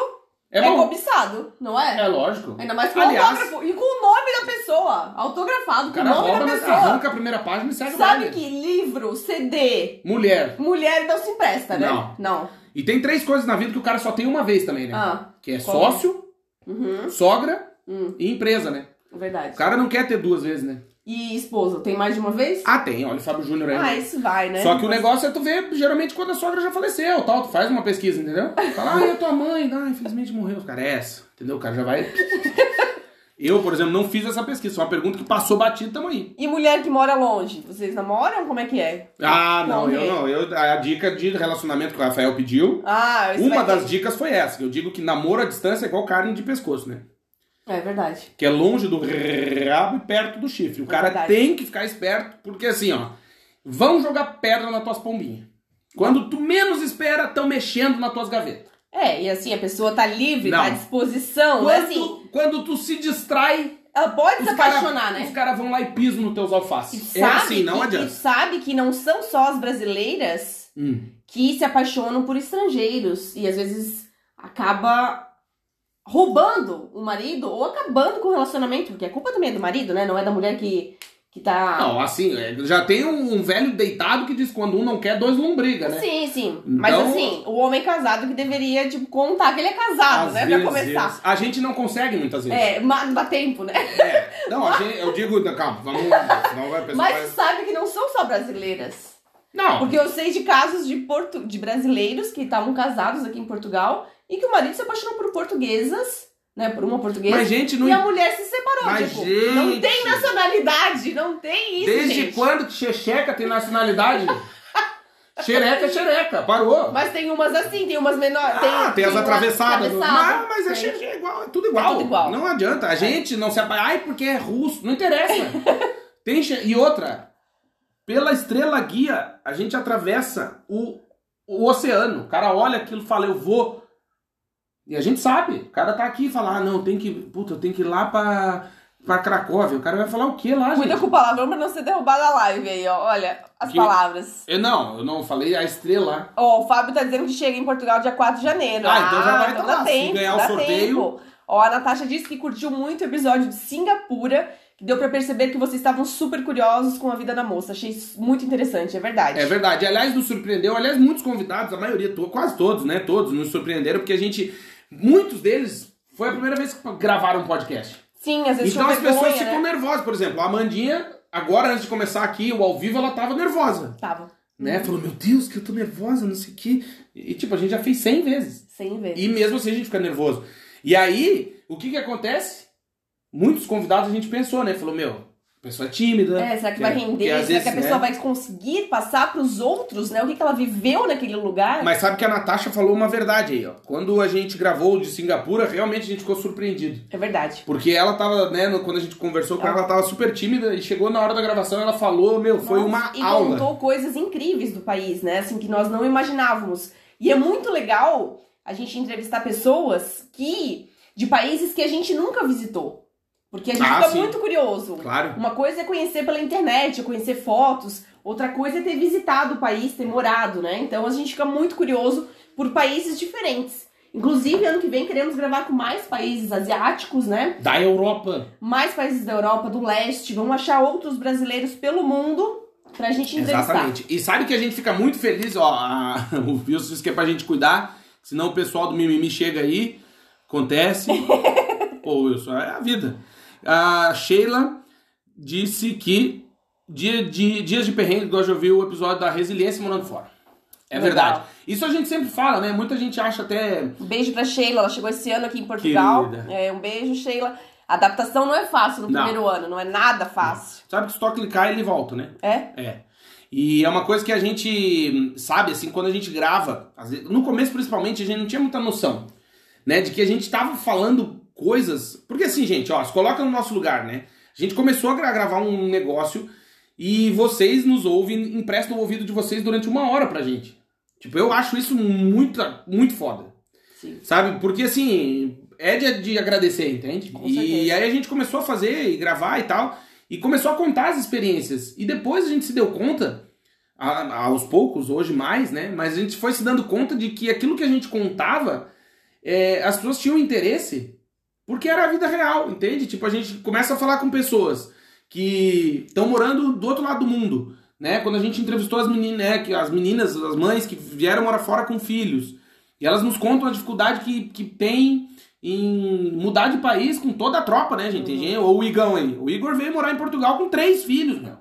É é, bom. cobiçado, não é? É lógico. Ainda mais com Aliás- autógrafo e com o nome da pessoa, autografado O com o cara nome rouba, é da mas pessoa. arranca a primeira página e segue o Sabe baile. que livro, CD, Mulher. mulher não se empresta, né? Não. Não. E tem três coisas na vida que o cara só tem uma vez também, né? Ah, que é qual é? sócio, uhum, sogra hum, e empresa, né? verdade. O cara não quer ter duas vezes, né? E esposa, tem mais de uma vez? Ah, tem. Olha o Fábio Júnior aí. Ah, isso vai, né? Só que o negócio é tu ver, geralmente, quando a sogra já faleceu, tal, tu faz uma pesquisa, entendeu? Fala, ah, e a tua mãe? Ah, infelizmente morreu. Cara, é essa. Entendeu? O cara já vai... <laughs> Eu, por exemplo, não fiz essa pesquisa. Foi uma pergunta que passou batido, tamo aí. E mulher que mora longe, vocês namoram? Como é que é? Ah, não, Não, eu né? não. Eu, a dica de relacionamento que o Rafael pediu, Ah, isso uma vai ter- das dicas foi essa. Que eu digo que namoro à distância é igual carne de pescoço, né? É verdade. que é longe do rabo e perto do chifre. O É cara verdade. tem que ficar esperto, porque assim, ó, vão jogar pedra nas tuas pombinhas. Quando tu menos espera, estão mexendo nas tuas gavetas. É, e assim, a pessoa tá livre, Não. tá à disposição, Quando, né? Assim, quando tu se distrai, ela pode se os caras apaixonar, né? cara vão lá e pisam nos teus E alfaces. sabe, É assim, não que, adianta. e sabe que não são só as brasileiras Hum. que se apaixonam por estrangeiros e às vezes acaba roubando o marido ou acabando com o relacionamento, porque a culpa também é do marido, né? Não é da mulher que, que tá. Não, assim, é, já tem um, um velho deitado que diz que quando um não quer, dois lombriga, né? Sim, sim. Mas Então- assim, o homem casado que deveria, tipo, contar que ele é casado, Às né? vezes, Pra começar. A gente não consegue muitas vezes. É, mas dá tempo, né? É. Não, a gente- eu digo, calma, vamos. Senão vai a pessoa Mas vai- sabe que não são só brasileiras. Não, Porque eu sei de casos de, portu... de brasileiros que estavam casados aqui em Portugal e que o marido se apaixonou por portuguesas, né? Por uma portuguesa. mas gente não E é a mulher se separou, Mas, tipo, gente, não tem nacionalidade, não tem isso, Desde gente. quando que xexeca tem <laughs> nacionalidade? xereca é xereca, parou. Mas tem umas assim, tem umas menores. ah, tem, as umas atravessadas. do- atravessadas, Mas, mas é né? xexe, é igual, é tudo igual. É tudo igual. Não adianta. A gente não se apaga. Ai, porque é russo. <laughs> Não interessa. tem xe- E outra, pela estrela guia, a gente atravessa o, o oceano. O cara olha aquilo e fala, eu vou. E a gente sabe. O cara tá aqui e fala, ah, não, tem que. Puta, eu tenho que ir lá pra, pra Cracóvia. O cara vai falar o quê lá, gente? Cuida com o palavrão pra não ser derrubada a live aí, ó. Olha, as Que- palavras. Eu não, eu não falei a estrela. Ó, o Fábio tá dizendo que chega em Portugal dia 4 de janeiro. Ah, então já vai então tá dá lá. Se tempo, ganhar o dá sorteio- tempo. Ó, a Natasha disse que curtiu muito o episódio de Singapura, que deu pra perceber que vocês estavam super curiosos com a vida da moça. Achei isso muito interessante, é verdade. É verdade. Aliás, nos surpreendeu. Aliás, muitos convidados, a maioria, to- quase todos, né? Todos nos surpreenderam, porque a gente. Muitos deles foi a primeira vez que gravaram um podcast. Sim, às vezes então tinha as pessoas vergonha, ficam né? nervosas. Por exemplo, a Amandinha, agora antes de começar aqui, o ao vivo, ela tava nervosa. Tava, Né? Falou, meu Deus, que eu tô nervosa, não sei o quê. E tipo, a gente já fez 100 vezes. sem ver. E mesmo assim a gente fica nervoso. E aí, o que que acontece? Muitos convidados a gente pensou, né? Falou, meu, a pessoa é tímida. É, será que que- vai que render? às será que a vezes, pessoa né? vai conseguir passar pros outros, né? O que, que ela viveu naquele lugar? Mas sabe que a Natasha falou uma verdade aí, ó. Quando a gente gravou o de Singapura, realmente a gente ficou surpreendido. É verdade. Porque ela tava, né, no- quando a gente conversou com ela, ela tava super tímida e chegou na hora da gravação, ela falou, meu, foi Nossa, uma e aula. contou coisas incríveis do país, né? Assim, que nós não imaginávamos. E é muito legal a gente entrevistar pessoas que de países que a gente nunca visitou. Porque a gente Ah, fica sim. muito curioso. Claro. Uma coisa é conhecer pela internet, é conhecer fotos. Outra coisa é ter visitado o país, ter morado, né? Então a gente fica muito curioso por países diferentes. Inclusive, ano que vem queremos gravar com mais países asiáticos, né? Da Europa. mais países da Europa, do leste, vão achar outros brasileiros pelo mundo pra gente entrevistar. Exatamente. E sabe que a gente fica muito feliz, ó, a- <laughs> o Wilson disse que é pra gente cuidar, senão o pessoal do mimimi chega aí, <laughs> acontece. Pô, Wilson, é a vida. A Sheila disse que dia de, dias de perrengue, gosta de ouvir o episódio da resiliência morando fora. É Legal. verdade. Isso a gente sempre fala, né? Muita gente acha até... Um beijo pra Sheila, ela chegou esse ano aqui em Portugal. Querida. É, um beijo, Sheila. A adaptação não é fácil no Não. primeiro ano, não é nada fácil. Sabe que se tu clicar, ele volta, né? É? É. E é uma coisa que a gente sabe, assim, quando a gente grava, às vezes- no começo principalmente, a gente não tinha muita noção, né? De que a gente tava falando coisas. Porque assim, gente, ó, se coloca no nosso lugar, né? A gente começou a gra- gravar um negócio E vocês nos ouvem, emprestam o ouvido de vocês durante uma hora pra gente. Tipo, eu acho isso muito, muito foda. Sim. Sabe? Porque assim, é de, de agradecer, entende? Com E certeza. aí a gente começou a fazer e gravar e tal. E começou a contar as experiências. E depois a gente se deu conta, a- aos poucos, hoje mais, né? Mas a gente foi se dando conta de que aquilo que a gente contava, é, as pessoas tinham interesse porque era a vida real, entende? Tipo, a gente começa a falar com pessoas que estão morando do outro lado do mundo, né? Quando a gente entrevistou as meninas, né, que- as meninas, as mães que vieram morar fora com filhos, e elas nos contam a dificuldade que, que tem em mudar de país com toda a tropa, né, gente? Tem gente- Ou o Igão aí. O Igor veio morar em Portugal com três filhos, meu.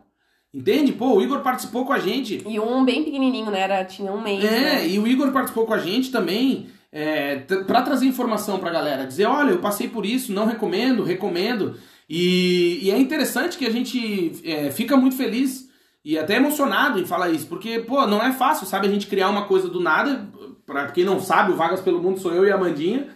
Entende? Pô, o Igor participou com a gente. E um bem pequenininho, né? Era, tinha um mês. né? É, e o Igor participou com a gente também é, t- pra trazer informação pra galera. Dizer, olha, eu passei por isso, não recomendo, recomendo. E, e é interessante que a gente é, fica muito feliz e até emocionado em falar isso, porque, pô, não é fácil, sabe? A gente criar uma coisa do nada. Pra quem não sabe, o Vagas pelo Mundo sou eu e a Mandinha.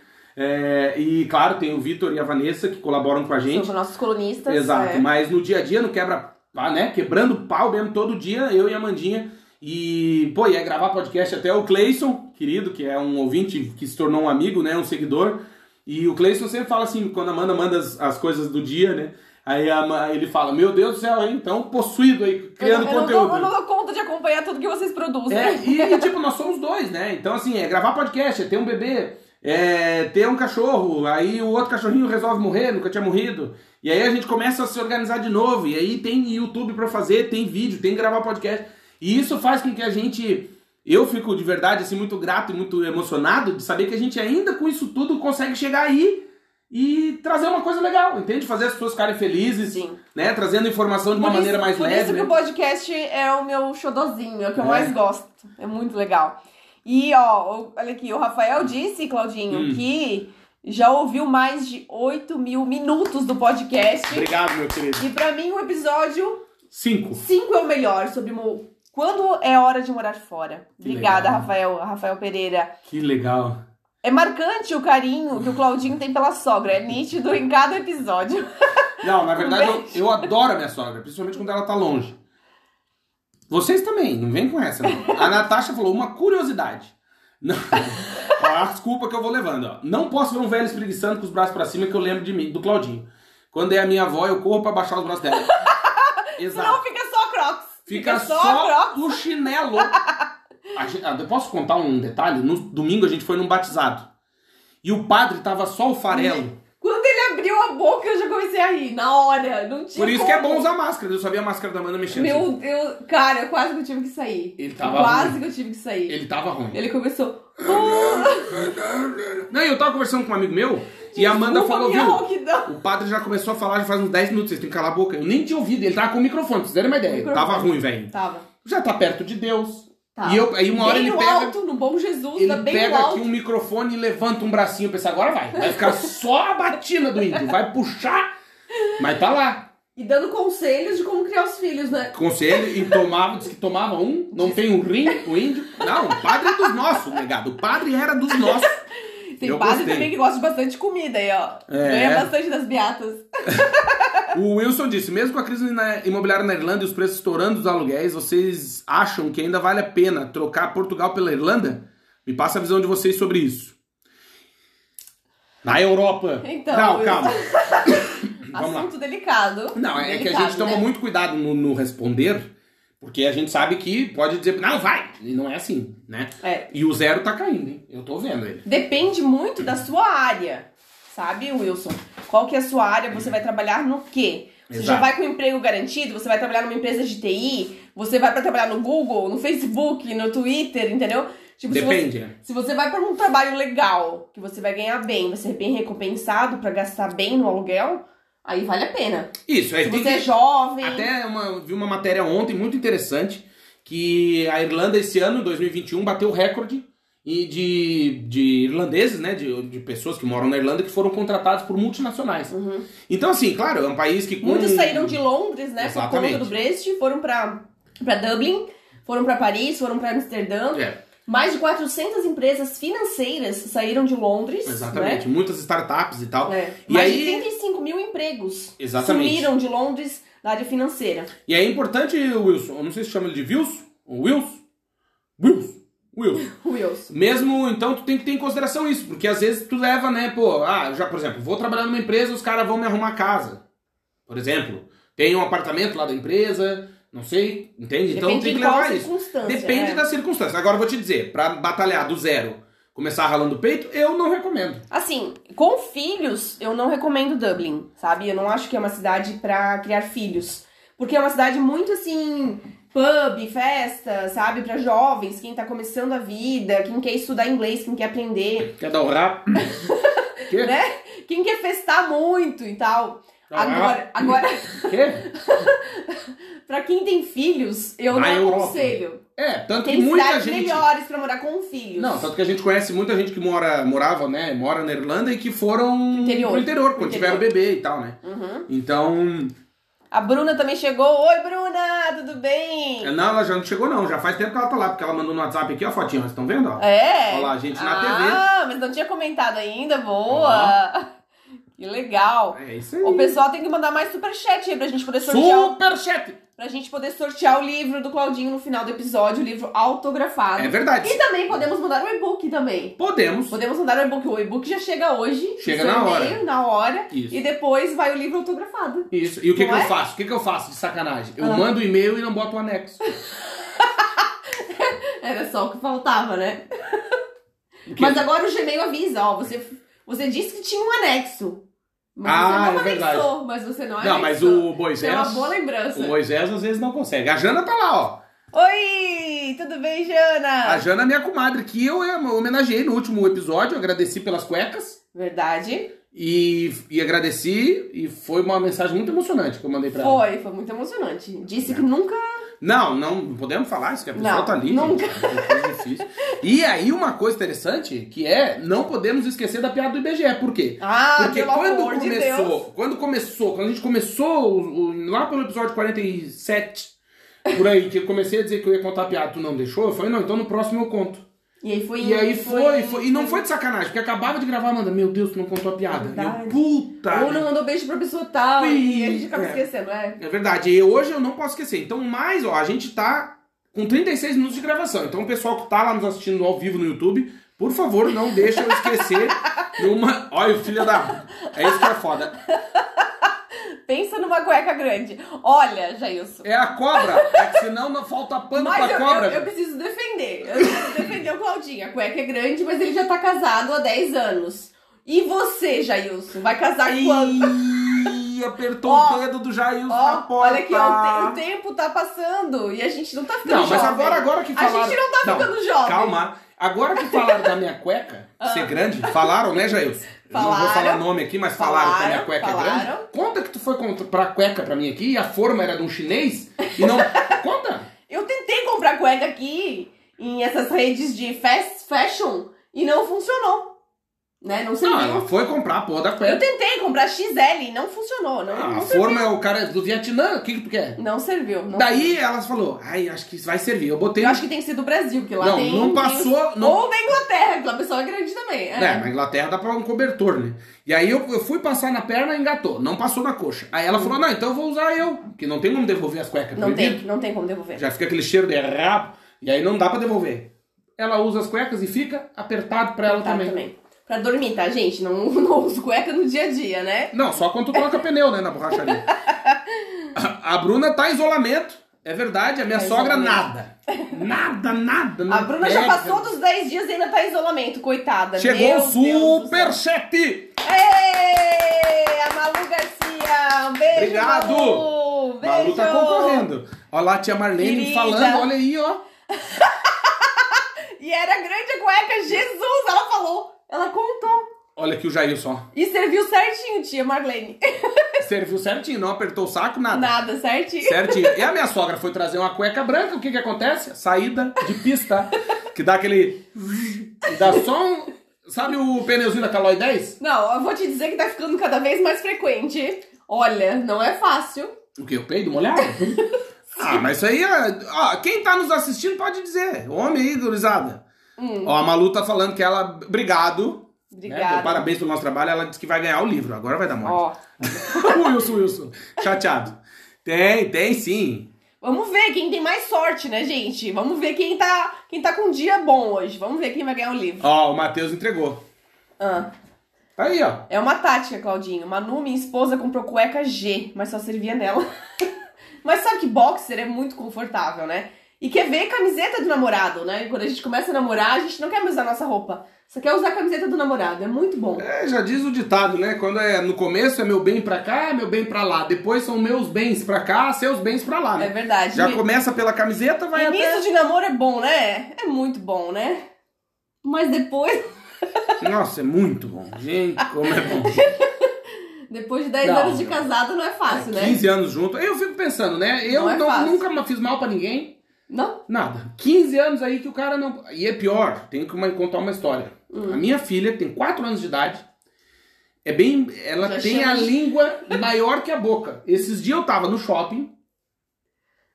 e, claro, tem o Vitor e a Vanessa que colaboram com a gente. São nossos colunistas. Exato, é. mas no dia a dia, no quebra, pá, né? Quebrando pau mesmo todo dia, eu e a Mandinha. E, pô, ia gravar podcast até o Cleison, querido, que é um ouvinte que se tornou um amigo, né? Um seguidor. E o Cleison sempre fala assim, quando a Amanda manda as, as coisas do dia, né? Aí a Ma- ele fala, meu Deus do céu, hein? Então, possuído aí, eu, criando não- eu conteúdo. Não, dou- eu não dou conta de acompanhar tudo que vocês produzem. <laughs> É, e, e, tipo, nós somos dois, né? Então, assim, é gravar podcast, é ter um bebê, é ter um cachorro, aí o outro cachorrinho resolve morrer, nunca tinha morrido. E aí a gente começa a se organizar de novo, e aí tem YouTube pra fazer, tem vídeo, tem gravar podcast. E isso faz com que a gente. Eu fico de verdade, assim, muito grato e muito emocionado de saber que a gente ainda com isso tudo consegue chegar aí e trazer uma coisa legal, entende? Fazer as pessoas ficarem felizes, Sim. né? Trazendo informação de uma Por isso- maneira mais por leve. isso que né? o podcast é o meu xodozinho, é o que eu É. mais gosto. É muito legal. E, ó, o- olha aqui, o Rafael disse, Claudinho, Hum. que já ouviu mais de 8 mil minutos do podcast. Obrigado, meu querido. E pra mim, o episódio Cinco. 5 é o melhor, sobre mo- quando é hora de morar fora. Que Obrigada, legal. Rafael, Rafael Pereira. Que legal. É marcante o carinho que o Claudinho tem pela sogra. É nítido em cada episódio. Não, na verdade eu, beijo. eu adoro a minha sogra, principalmente quando ela tá longe. Vocês também, não vem com essa. Não. A Natasha falou uma curiosidade. Não, <laughs> ó, a desculpa que eu vou levando, ó. Não posso ver um velho espreguiçando com os braços pra cima que eu lembro de mim, do Claudinho. Quando é a minha avó, eu corro pra baixar os braços <laughs> dela. Exato. Não fica só Crocs. Fica, só, o chinelo. A gen- ah, eu posso contar um detalhe? No domingo a gente foi num batizado. E o padre tava só o farelo. Quando ele abriu a boca, eu já comecei a rir. Na hora. Não tinha Por isso que como. é bom usar máscara. Eu só vi a máscara da Amanda mexendo. assim. Meu Deus. Cara, eu quase que eu tive que sair. Ele tava quase ruim. que eu tive que sair. Ele tava ruim. Ele começou... Não, eu tava conversando com um amigo meu e a Amanda "Desculpa, falou, minha viu? rouquidão." O padre já começou a falar já faz uns 10 minutos, vocês têm que calar a boca. Eu nem tinha ouvido, ele tava com o microfone, pra vocês derem uma ideia. Microfone. Tava ruim, velho. Tava. Já tá perto de Deus. Tá. E eu- aí uma hora bem ele no pega- alto, no bom Jesus, tá Ele bem pega no aqui alto. um microfone e levanta um bracinho, pensa, agora vai. Vai ficar só a batina do índio, vai puxar, mas tá lá. E dando conselhos de como criar os filhos, né? Conselho, e tomava, disse que tomava um, não tem um rim, o índio. Não, o padre é dos nossos, negado. O padre era dos nossos. Tem Eu padre gostei. também que gosta de bastante comida aí, ó. É. Ganha bastante das beatas. O Wilson disse: mesmo com a crise na- imobiliária na Irlanda e os preços estourando dos aluguéis, vocês acham que ainda vale a pena trocar Portugal pela Irlanda? Me passa a visão de vocês sobre isso. Na Europa. Então, Não, Wilson. calma. <coughs> Vamos lá. Assunto delicado. Não, é que a Delicado, gente toma né? muito cuidado no, no responder, porque a gente sabe que pode dizer, não, vai! E não é assim, né? É, E o zero tá caindo, hein? Eu tô vendo ele. depende muito da sua área, sabe, Wilson? Qual que é a sua área? Você vai trabalhar no quê? Você já Exato. vai com emprego garantido? Você vai trabalhar numa empresa de TI? Você vai pra trabalhar no Google, no Facebook, no Twitter, entendeu? Tipo, se você- Depende, né? Se você vai para um trabalho legal, que você vai ganhar bem, vai ser bem recompensado pra gastar bem no aluguel, aí vale a pena. Isso, é Se tem você é que- jovem, Até uma, vi uma matéria ontem muito interessante que a Irlanda esse ano, 2021, bateu o recorde e de, de irlandeses, né, de, de pessoas que moram na Irlanda que foram contratados por multinacionais. Uhum. Então, assim, claro, é um país que... com- Muitos saíram de Londres, né, por Exatamente. conta do Brexit, foram pra, pra Dublin, foram pra Paris, foram pra Amsterdã. É, Mais de 400 empresas financeiras saíram de Londres, exatamente. Muitas startups e tal. né? É. E Mais aí- de 35 mil empregos Exatamente. sumiram de Londres da área financeira. E é importante, Wilson, eu não sei se chama ele de Wilson, ou Wilson, Wilson, Wilson. O Wilson. Mesmo, então, tu tem que ter em consideração isso, porque às vezes tu leva, né, pô, ah, já, por exemplo, vou trabalhar numa empresa, os caras vão me arrumar casa. Por exemplo, tem um apartamento lá da empresa, não sei, entende? Então Depende tem que de qual levar isso. circunstância. Depende é. da circunstância. Agora eu vou te dizer, pra batalhar do zero, começar ralando o peito, eu não recomendo. Assim, com filhos, eu não recomendo Dublin, sabe? Eu não acho que é uma cidade pra criar filhos. Porque é uma cidade muito assim, pub, festa, sabe? Pra jovens, quem tá começando a vida, quem quer estudar inglês, quem quer aprender, Quer dar um rap? <laughs> Quê? Né? quem quer festar muito e tal. Dá um Agora, agora rap? Quê? pra quem tem filhos, eu Na não Europa. aconselho. É, tanto que Tem muita cidades gente... melhores pra morar com filhos. Não, tanto que a gente conhece muita gente que mora, morava, né, mora na Irlanda e que foram interior. pro interior quando Interior. tiveram bebê e tal, né? Uhum. Então, A Bruna também chegou. Oi, Bruna, tudo bem? não, ela já não chegou não, já faz tempo que ela tá lá, porque ela mandou no WhatsApp aqui, ó, a fotinha, vocês estão vendo, ó? É? Olha lá, a gente na Ah, mas não tinha comentado ainda, boa! <laughs> Que legal! É isso aí. Então, O pessoal tem que mandar mais superchat aí pra gente poder sortear. o- Superchat! Pra gente poder sortear o livro do Claudinho no final do episódio, o livro autografado. É verdade. E também podemos mandar o e-book também. Podemos. Podemos mandar o e-book. O e-book já chega hoje. Chega no na seu hora. e-mail, Na hora. Isso. E depois vai o livro autografado. <laughs> Isso. E o que, Então, Não que é? eu faço? O que, que eu faço de sacanagem? Eu Ah. mando o e-mail e não boto o anexo. Era só o que faltava, né? Porque- Mas agora o Gmail avisa, ó. Você, você disse que tinha um anexo. Mas Ah, você não é verdade. anexou, mas você não anexou. Não, mas o É Moisés. uma boa lembrança. O Moisés às vezes não consegue. A Jana tá lá, ó. Oi, tudo bem, Jana? A Jana é minha comadre, que eu eh, homenageei no último episódio, agradeci pelas cuecas. Verdade. E, e agradeci, e foi uma mensagem muito emocionante que eu mandei pra É. ela. Foi, foi muito emocionante. Disse que nunca. Não, não, não podemos falar isso, que a pessoa Não, tá ali. nunca. gente, é uma coisa difícil. E aí, uma coisa interessante, que é, não podemos esquecer da piada do IBGE. Por quê? Ah, Porque pelo quando amor de Deus. começou, quando começou, quando a gente começou, o- o- lá pelo episódio 47, por aí, que eu comecei a dizer que eu ia contar a piada, tu não deixou, eu falei, não, então no próximo eu conto. E aí foi. E aí foi, foi- e não foi de sacanagem, porque acabava de gravar, manda, meu Deus, tu não contou a piada. Verdade. Eu, puta! Ou não mandou beijo pra pessoa tal. E a gente acaba É. esquecendo, é? É verdade, e hoje eu não posso esquecer. Então, mais, ó, a gente tá com 36 minutos de gravação. Então, o pessoal que tá lá nos assistindo ao vivo no YouTube, por favor, não deixa eu <laughs> esquecer de uma. Olha, o filho da. É isso que é foda. Pensa numa cueca grande. Olha, Jailson. É a cobra, é que senão não falta pano Mas pra eu, cobra. eu- eu preciso defender. Eu preciso defender o Claudinho. A cueca é grande, mas ele já tá casado há 10 anos. E você, Jailson, vai casar quando? Ih, apertou Ó, o dedo do Jair na Ó, porta. olha que ó, o, te- o tempo tá passando e a gente não tá ficando Não, mas jovem. agora, agora que A falaram... gente não tá ficando jovem. Ah. Calma. Agora que falaram da minha cueca ser grande, falaram, né, Jailson? Eu Não vou Falaram. falar nome aqui, mas falaram, que a minha cueca é Falaram. grande. Conta que tu foi comprar cueca pra mim aqui e a forma era de um chinês <laughs> e não... Conta! Eu tentei comprar cueca aqui em essas redes de fast fashion e não funcionou. Né? Não Ah, Não, serviu. ela foi comprar a porra da eu cueca. tentei comprar XL e não funcionou. Não, Ah, não a serviu. forma é o cara do Vietnã, o que que tu quer? Não serviu. não Daí ela falou, ai, acho que isso vai servir. Eu botei... Eu acho que tem que ser do Brasil, que lá Não, tem. tem os- não passou... Não Ou da Inglaterra, que lá o pessoal é grande também. É. É, na Inglaterra dá pra um cobertor, né? E aí eu, eu fui passar na perna e engatou, não passou na coxa. Aí ela falou, não, então eu vou usar eu, que não tem como devolver as cuecas, não proibido. tem, não tem como devolver. Já fica aquele cheiro de rabo, e aí não dá pra devolver. Ela usa as cuecas e fica apertado pra ela Tá, também. Pra dormir, tá, gente? Não, <laughs> não uso cueca no dia a dia, né? Não, só quando tu coloca pneu, né, <laughs> na borracharia. a, a Bruna tá em isolamento, é verdade, a minha Tá em sogra isolamento. nada. Nada, nada. A não Bruna já pega. passou dos 10 dias e ainda tá em isolamento, coitada. Chegou Meu o Deus do céu. superchat! Ê, a Malu Garcia! Um beijo, Obrigado. Malu! Um Beijo. Malu tá concorrendo. Olha lá a tia Marlene Querida. falando, olha aí, ó. E era grande a cueca, Jesus! Ela falou, ela contou. Olha aqui o Jair só. E serviu certinho, tia Marlene. <laughs> Serviu certinho, não apertou o saco, nada. Nada, certinho. Certinho. E a minha sogra foi trazer uma cueca branca, o que que acontece? Saída de pista, que dá aquele... e dá só um... Sabe o pneuzinho da Caloi 10? Não, eu vou te dizer que tá ficando cada vez mais frequente. Olha, não é fácil. O que? O peido molhado? ah, mas isso aí... é- Ó, quem tá nos assistindo pode dizer. Homem aí, gurizada. Hum, Ó, a Malu tá falando que ela... Obrigado. né? obrigada. Parabéns <laughs> pelo nosso trabalho. Ela disse que vai ganhar o livro. Agora vai dar morte. Ó, Wilson, Wilson. Chateado. Tem, tem sim. Vamos ver quem tem mais sorte, né, gente? Vamos ver quem tá, quem tá com um dia bom hoje. Vamos ver quem vai ganhar o livro. Ó, o Matheus entregou. Ah, Tá aí, ó. é uma tática, Claudinho. Manu, minha esposa, comprou cueca G, mas só servia nela. <laughs> mas sabe que boxer é muito confortável, né? E quer ver camiseta do namorado, né? Quando a gente começa a namorar, a gente não quer mais usar nossa roupa. Só quer usar a camiseta do namorado. É muito bom. É, já diz o ditado, né? Quando é no começo é meu bem pra cá, meu bem pra lá. Depois são meus bens pra cá, seus bens pra lá, É né? verdade. Já E- começa pela camiseta, vai até. Início de namoro é bom, né? É muito bom, né? Mas depois, <laughs> Nossa, é muito bom. Gente, como é bom. depois de 10 Não, anos de não. casado não é <laughs> fácil, né? 15 anos junto. Eu fico pensando, né? Eu Não é não- fácil. nunca ma- fiz mal pra ninguém. Não? Nada. 15 anos aí que o cara não. E é pior, tenho que uma- contar uma história. Hum. A minha filha tem 4 anos de idade. É bem. Ela Já tem chama a de- língua maior que a boca. Esses dias eu tava no shopping.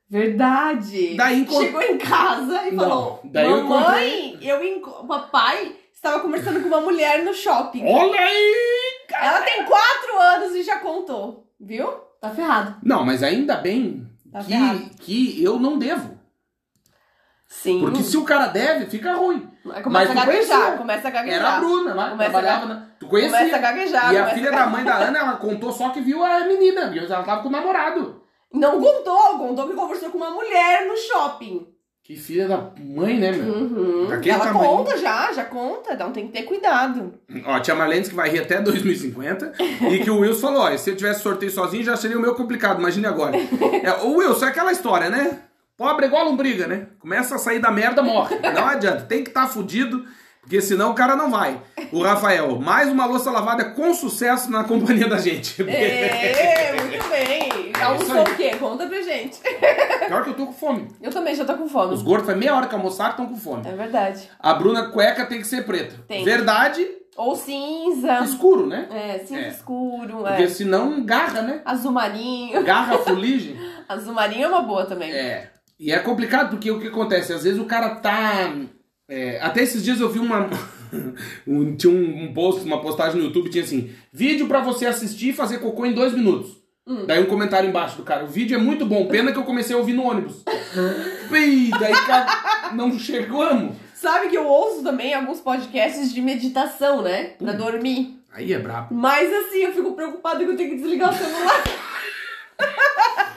Verdade. Daí encont- Chegou em casa e Não, falou: daí eu Mamãe, eu enco... papai estava conversando com uma mulher no shopping. Olha aí! Ela tem 4 anos e já contou, viu? Tá ferrado. Não, mas ainda bem Tá ferrado. que, que eu não devo. Sim. Porque se o cara deve, fica ruim. Aí mas Começa a tu gaguejar, conhecia. começa a Era a gaguejar. Bruna lá, que Começa trabalhava a na. Tu conhecia? Começa a gaguejar. E a começa filha da mãe da Ana, ela contou só que viu a menina, viu? Ela tava com o namorado. Não contou, contou que conversou com uma mulher no shopping. Que filha da mãe, né, meu? Uhum. Daquele Ela tamanho. conta já, já conta, então tem que ter <laughs> cuidado. Ó, tinha Marlene que vai rir até 2050. e que o Wilson falou: ó, se eu tivesse sorteio sozinho já seria o meu complicado, imagine agora. É, o Wilson é aquela história, né? Pobre é igual a lombriga, né? Começa a sair da merda, morre. Não adianta, tem que estar tá fudido, porque senão o cara não vai. O Rafael, mais uma louça lavada com sucesso na companhia da gente. É, muito bem. Almoçou É isso aí. o quê? Conta pra gente. Pior que eu tô com fome. Eu também já tô com Os fome. gordos faz meia hora que almoçaram estão com fome. É verdade. A Bruna cueca tem que ser preta. Tem. Verdade, Ou cinza. escuro, né? É, cinza É. escuro. Porque É. senão garra, né? Azul marinho. Garra fuligem. Azul marinho é uma boa também. É. E é complicado porque o que acontece? Às vezes o cara tá. é, até esses dias eu vi uma. <laughs> um- tinha um, um post, uma postagem no YouTube, tinha assim: vídeo pra você assistir e fazer cocô em dois minutos. Daí um comentário embaixo do cara: o vídeo é muito bom, pena que eu comecei a ouvir no ônibus. Ih, daí cara, não chegamos. Sabe que eu ouço também alguns podcasts de meditação, né? Pra Hum. dormir. Aí é brabo. Mas assim, eu fico preocupada que eu tenho que desligar o <laughs> celular. <laughs>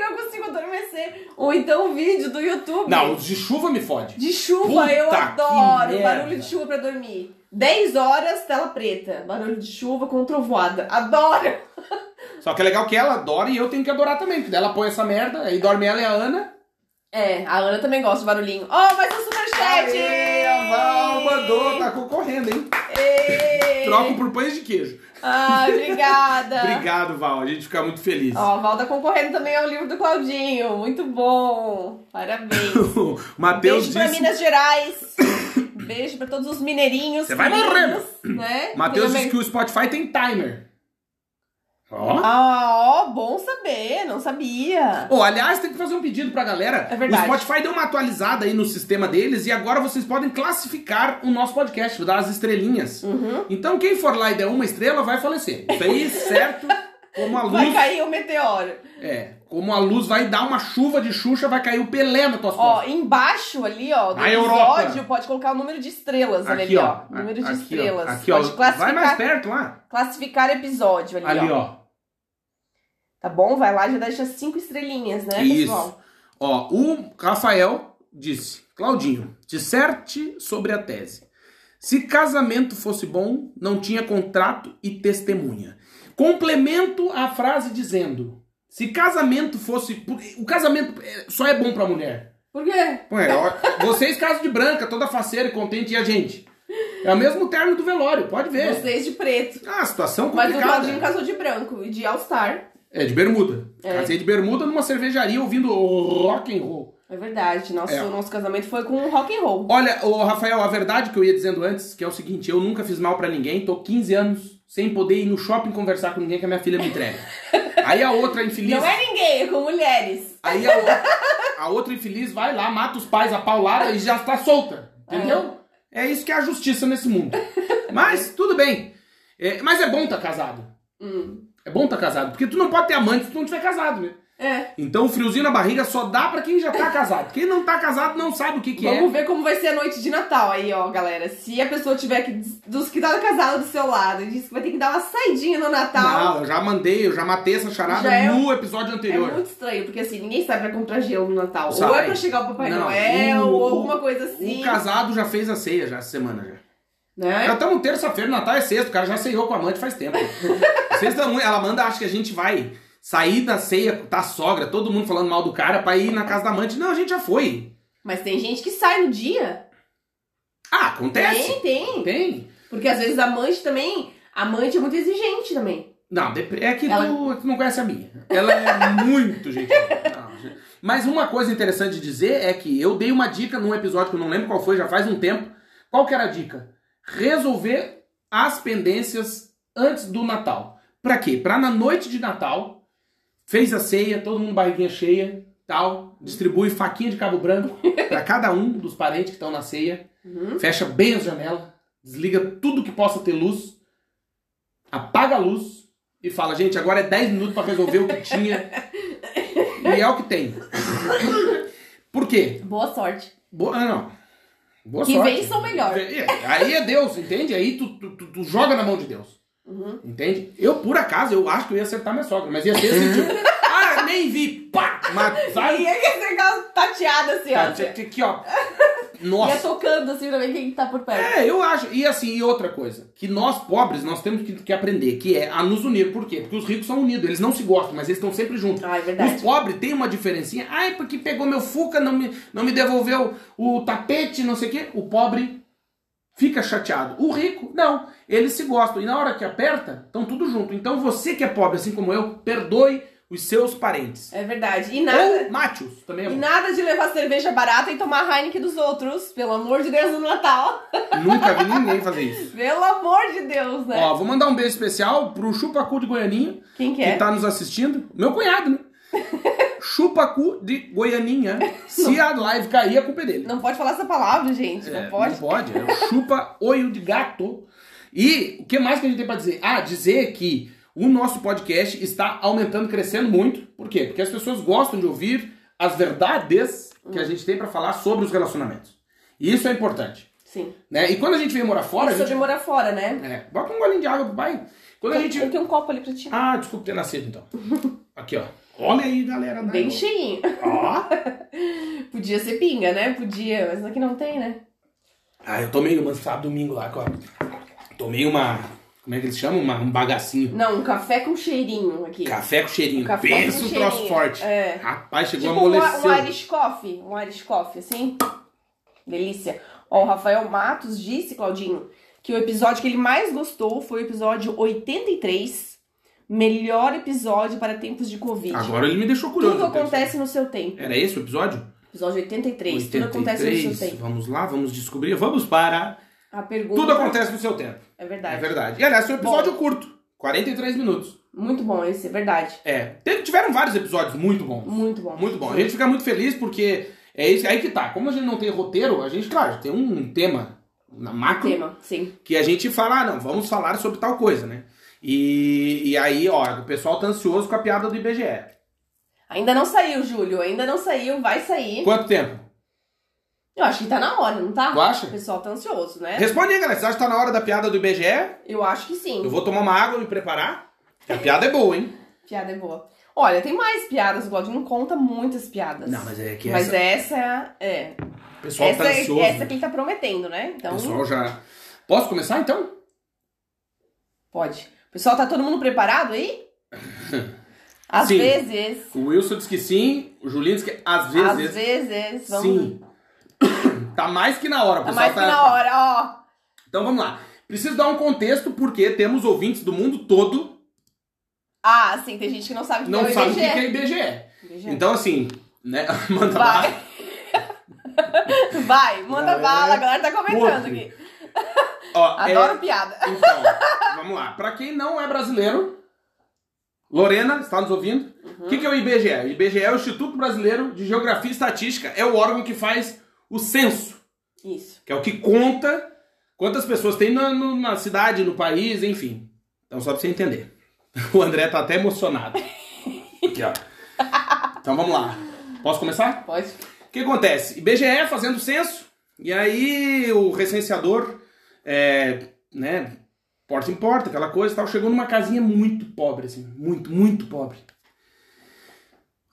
não consigo adormecer. Ou então o vídeo do YouTube. Não, os de chuva me fode. De chuva Puta eu que adoro. merda. Barulho de chuva pra dormir. 10 horas, tela preta. Barulho de chuva com trovoada. Adoro! Só que é legal que ela adora e eu tenho que adorar também, porque daí ela põe essa merda, aí dorme ela e a Ana. É, a Ana também gosta do barulhinho. Oh, mais um superchat! Aê, a Val mandou, tá concorrendo, hein? Ei. Troco por pães de queijo. Ah, obrigada! <laughs> Obrigado, Val. A gente fica muito feliz. <laughs> Ó, a Valda concorrendo também ao livro do Claudinho. Muito bom! <laughs> Parabéns! O Matheus Beijo pra disse. Minas Gerais. Beijo pra todos os mineirinhos. Você vai mineiros, Né? Matheus Minas- disse que o Spotify tem timer. Ó. Ah, ó, bom saber. Não sabia. Ô, aliás, tem que fazer um pedido pra galera. É verdade. O Spotify deu uma atualizada aí no sistema deles e agora vocês podem classificar o nosso podcast, dar as estrelinhas. Uhum. Então, quem for lá e der uma estrela vai falecer. <laughs> Isso aí, certo? Como a luz. Vai cair o meteoro. É. Como a luz vai dar uma chuva de Xuxa, vai cair o Pelé nas tuas costas. Ó, embaixo ali, ó, do Na Europa. episódio, pode colocar o número de estrelas olha ali, Aqui, ó. ó. Número de Aqui, ó. estrelas. Aqui, ó. pode classificar, Vai mais perto lá. classificar episódio ali, Ali, ó. ó. Tá bom? Vai lá e já deixa cinco estrelinhas, né, Isso. pessoal? Ó, o Rafael disse: Claudinho, disserte sobre a tese. Se casamento fosse bom, não tinha contrato e testemunha. Complemento a frase dizendo: Se casamento fosse. por- O casamento é, só é bom pra mulher. Por quê? Ué, <laughs> ó, vocês, caso de branca, toda faceira e contente, e a gente? É o mesmo terno do velório, pode ver. Vocês de preto. Ah, situação Mas o complicada. Claudinho casou de branco e de All-Star. É, de bermuda. É. Casei de bermuda numa cervejaria ouvindo rock and roll. É verdade. Nosso, É. nosso casamento foi com rock and roll. Olha, ô, Rafael, a verdade que eu ia dizendo antes, que é o seguinte, eu nunca fiz mal pra ninguém, tô 15 anos sem poder ir no shopping conversar com ninguém que a minha filha me entrega. Aí a outra infeliz, Não é ninguém, é com mulheres. aí a, outra- a outra infeliz vai lá, mata os pais a paulada e já tá solta, entendeu? É isso que é a justiça nesse mundo. Mas tudo bem. É, mas é bom tá casado. Hum. É bom estar casado, porque tu não pode ter amante se tu não tiver casado, né? É. Então o friozinho na barriga só dá pra quem já tá casado. Quem não tá casado não sabe o que é. que Vamos ver como vai ser a noite de Natal aí, ó, galera. Se a pessoa tiver que, dos que tá casado do seu lado e diz que vai ter que dar uma saidinha no é. Natal, Não, eu já mandei, eu já matei essa charada Já é- no episódio é anterior. muito estranho, porque assim, ninguém sai pra comprar gelo no Natal. Ou Sai. é pra chegar o Papai Não, Noel, o- ou o- alguma coisa assim. O casado já fez a ceia já essa semana já. Né? Já estamos terça-feira, Natal é sexta, o cara já ceiou com a amante <laughs> faz tempo. Sexta da manhã, ela manda, acha que a gente vai sair da ceia, tá a sogra, todo mundo falando mal do cara, pra ir na casa da amante. Não, a gente já foi. Mas tem gente que sai no dia. Ah, Tem, acontece. tem. Tem. Porque às vezes a amante também. A amante é muito exigente também. Não, dep- é que Ela- tu, tu não conhece a minha. Ela é muito gentil. Não, gente. Mas uma coisa interessante de dizer é que eu dei uma dica num episódio que eu não lembro qual foi, já faz um tempo. Qual que era a dica? Resolver as pendências antes do Natal. Pra quê? Pra na noite de Natal, fez a ceia, todo mundo barriguinha cheia, tal, distribui faquinha de cabo branco pra cada um dos parentes que estão na ceia. Uhum. Fecha bem as janelas, desliga tudo que possa ter luz, apaga a luz e fala, gente, agora é 10 minutos pra resolver o que tinha. e é o que tem. Por quê? Boa sorte. Boa, ah, não. Boa Que sorte. vem são melhor. É, Aí é Deus, entende? Aí tu, tu- tu- tu joga na mão de Deus. Uhum. Entende? Eu, por acaso, eu acho que eu ia acertar minha sogra, mas ia ser assim, tipo, <laughs> ah, nem vi, pá! Mas E sai. aí <laughs> que você aquela tateada assim, ó. Aqui, ó. E Tá Nossa. é tocando assim também quem tá por perto. É, eu acho. E assim, e outra coisa, que nós pobres, nós temos que, que aprender, que é a nos unir. Por quê? Porque os ricos são unidos, eles não se gostam, mas eles estão sempre juntos. Ah, é verdade. Os pobres têm uma diferencinha. Ai, porque pegou meu fuca, não me, não me devolveu o tapete, não sei o quê. O pobre fica chateado. O rico, não. Eles se gostam. E na hora que aperta, estão tudo junto. Então você que é pobre, assim como eu, perdoe os seus parentes. É verdade. E nada, Ou mate-os também. É e bom. nada de levar cerveja barata e tomar Heineken dos outros. Pelo amor de Deus, no Natal. Nunca vi ninguém fazer <laughs> isso. Pelo amor de Deus, né? Ó, vou mandar um beijo especial pro Chupacu de Goianinha. Quem que que é? tá nos assistindo, meu <laughs> cunhado, né? Chupacu de Goianinha. Se a live cair, a culpa é dele. Não pode falar essa palavra, gente. É, não pode. Não pode. É o chupa olho de gato. E o que mais que a gente tem pra dizer? Ah, dizer que o nosso podcast está aumentando, crescendo muito. Por quê? Porque as pessoas gostam de ouvir as verdades que Hum. a gente tem pra falar sobre os relacionamentos. E isso é importante. Sim. Né? E quando a gente vem morar fora, a Isso gente... de morar fora, né? É, bota um golinho de água pro pai. Quando a gente... Eu tenho um copo ali pra ti. Ah, desculpa ter nascido então. <laughs> Aqui, ó. Olha aí, galera. né? Bem cheinho. <laughs> Ó. Podia ser pinga, né? Podia, mas aqui não tem, né? Ah, eu tomei uma sábado domingo lá, ó. Tomei uma. Como é que eles chamam? Uma- um bagacinho. Não, um café com cheirinho aqui. Café com cheirinho. Café com Pensa um troço cheirinho. forte. É. Rapaz, chegou Tipo a um, amoleceu. um Irish Coffee, um Irish Coffee, assim. Delícia. Ó, o Rafael Matos disse, Claudinho, que o episódio que ele mais gostou foi o episódio 83, melhor episódio para tempos de Covid. Agora ele me deixou curioso. tudo acontece no seu tempo. Era esse o episódio? Episódio 83, 83. tudo acontece no seu tempo. Vamos lá, vamos descobrir. Vamos para. A pergunta Tudo acontece no seu tempo. é verdade. É verdade. E aliás, foi um episódio curto 43 minutos. Muito bom esse, é verdade. É. Teve- Tiveram vários episódios muito bons. Muito bom. Muito bom. A gente fica muito feliz porque é isso aí que tá. Como a gente não tem roteiro, a gente, claro, tem um tema na macro Tema, sim. que a gente fala, ah, não, vamos falar sobre tal coisa, né? E, e aí, ó, o pessoal tá ansioso com a piada do IBGE. Ainda não saiu, Júlio. Ainda não saiu, vai sair. Quanto tempo? Eu acho que tá na hora, não tá? Tu acha? O pessoal tá ansioso, né? Responde aí, galera. Você acha que tá na hora da piada do IBGE? Eu acho que sim. Eu vou tomar uma água e me preparar. A piada é boa, hein? Piada é boa. Olha, tem mais piadas, o Claudinho não conta muitas piadas. é que Mas essa é. a- é. o pessoal Essa, tá é- ansioso. essa que ele tá prometendo, né? Então, O pessoal já... Posso começar, então? pode. Pessoal, tá todo mundo preparado <laughs> aí? Às Sim. vezes. O Wilson disse que sim, o Julinho disse que às vezes... Às vezes. Vamos. Sim. <coughs> Tá mais que na hora, o Tá pessoal mais que na hora, ó. Então vamos lá. Preciso dar um contexto porque temos ouvintes do mundo todo Ah, sim, tem gente que não sabe o que não é o sabe o que IBGE. é IBGE. IBGE. Então assim, né? <laughs> Manda Vai. <laughs> lá. Vai, manda Galera, bala, a galera tá comentando podre. aqui. Ó, é- Adoro piada. então, vamos lá. Pra quem não é brasileiro, Lorena está nos ouvindo. Uhum. O que, que é o IBGE? O IBGE é o Instituto Brasileiro de Geografia e Estatística. É o órgão que faz o censo, Isso. que é o que conta quantas pessoas tem na, no- na cidade, no país, enfim. Então só pra você entender. <laughs> O André tá até emocionado. Aqui, ó. Então vamos lá. Posso começar? Pode. O que acontece? IBGE fazendo censo, e aí o recenseador, é, né, porta em porta, aquela coisa e tal, chegou numa casinha muito pobre, assim, muito, muito pobre.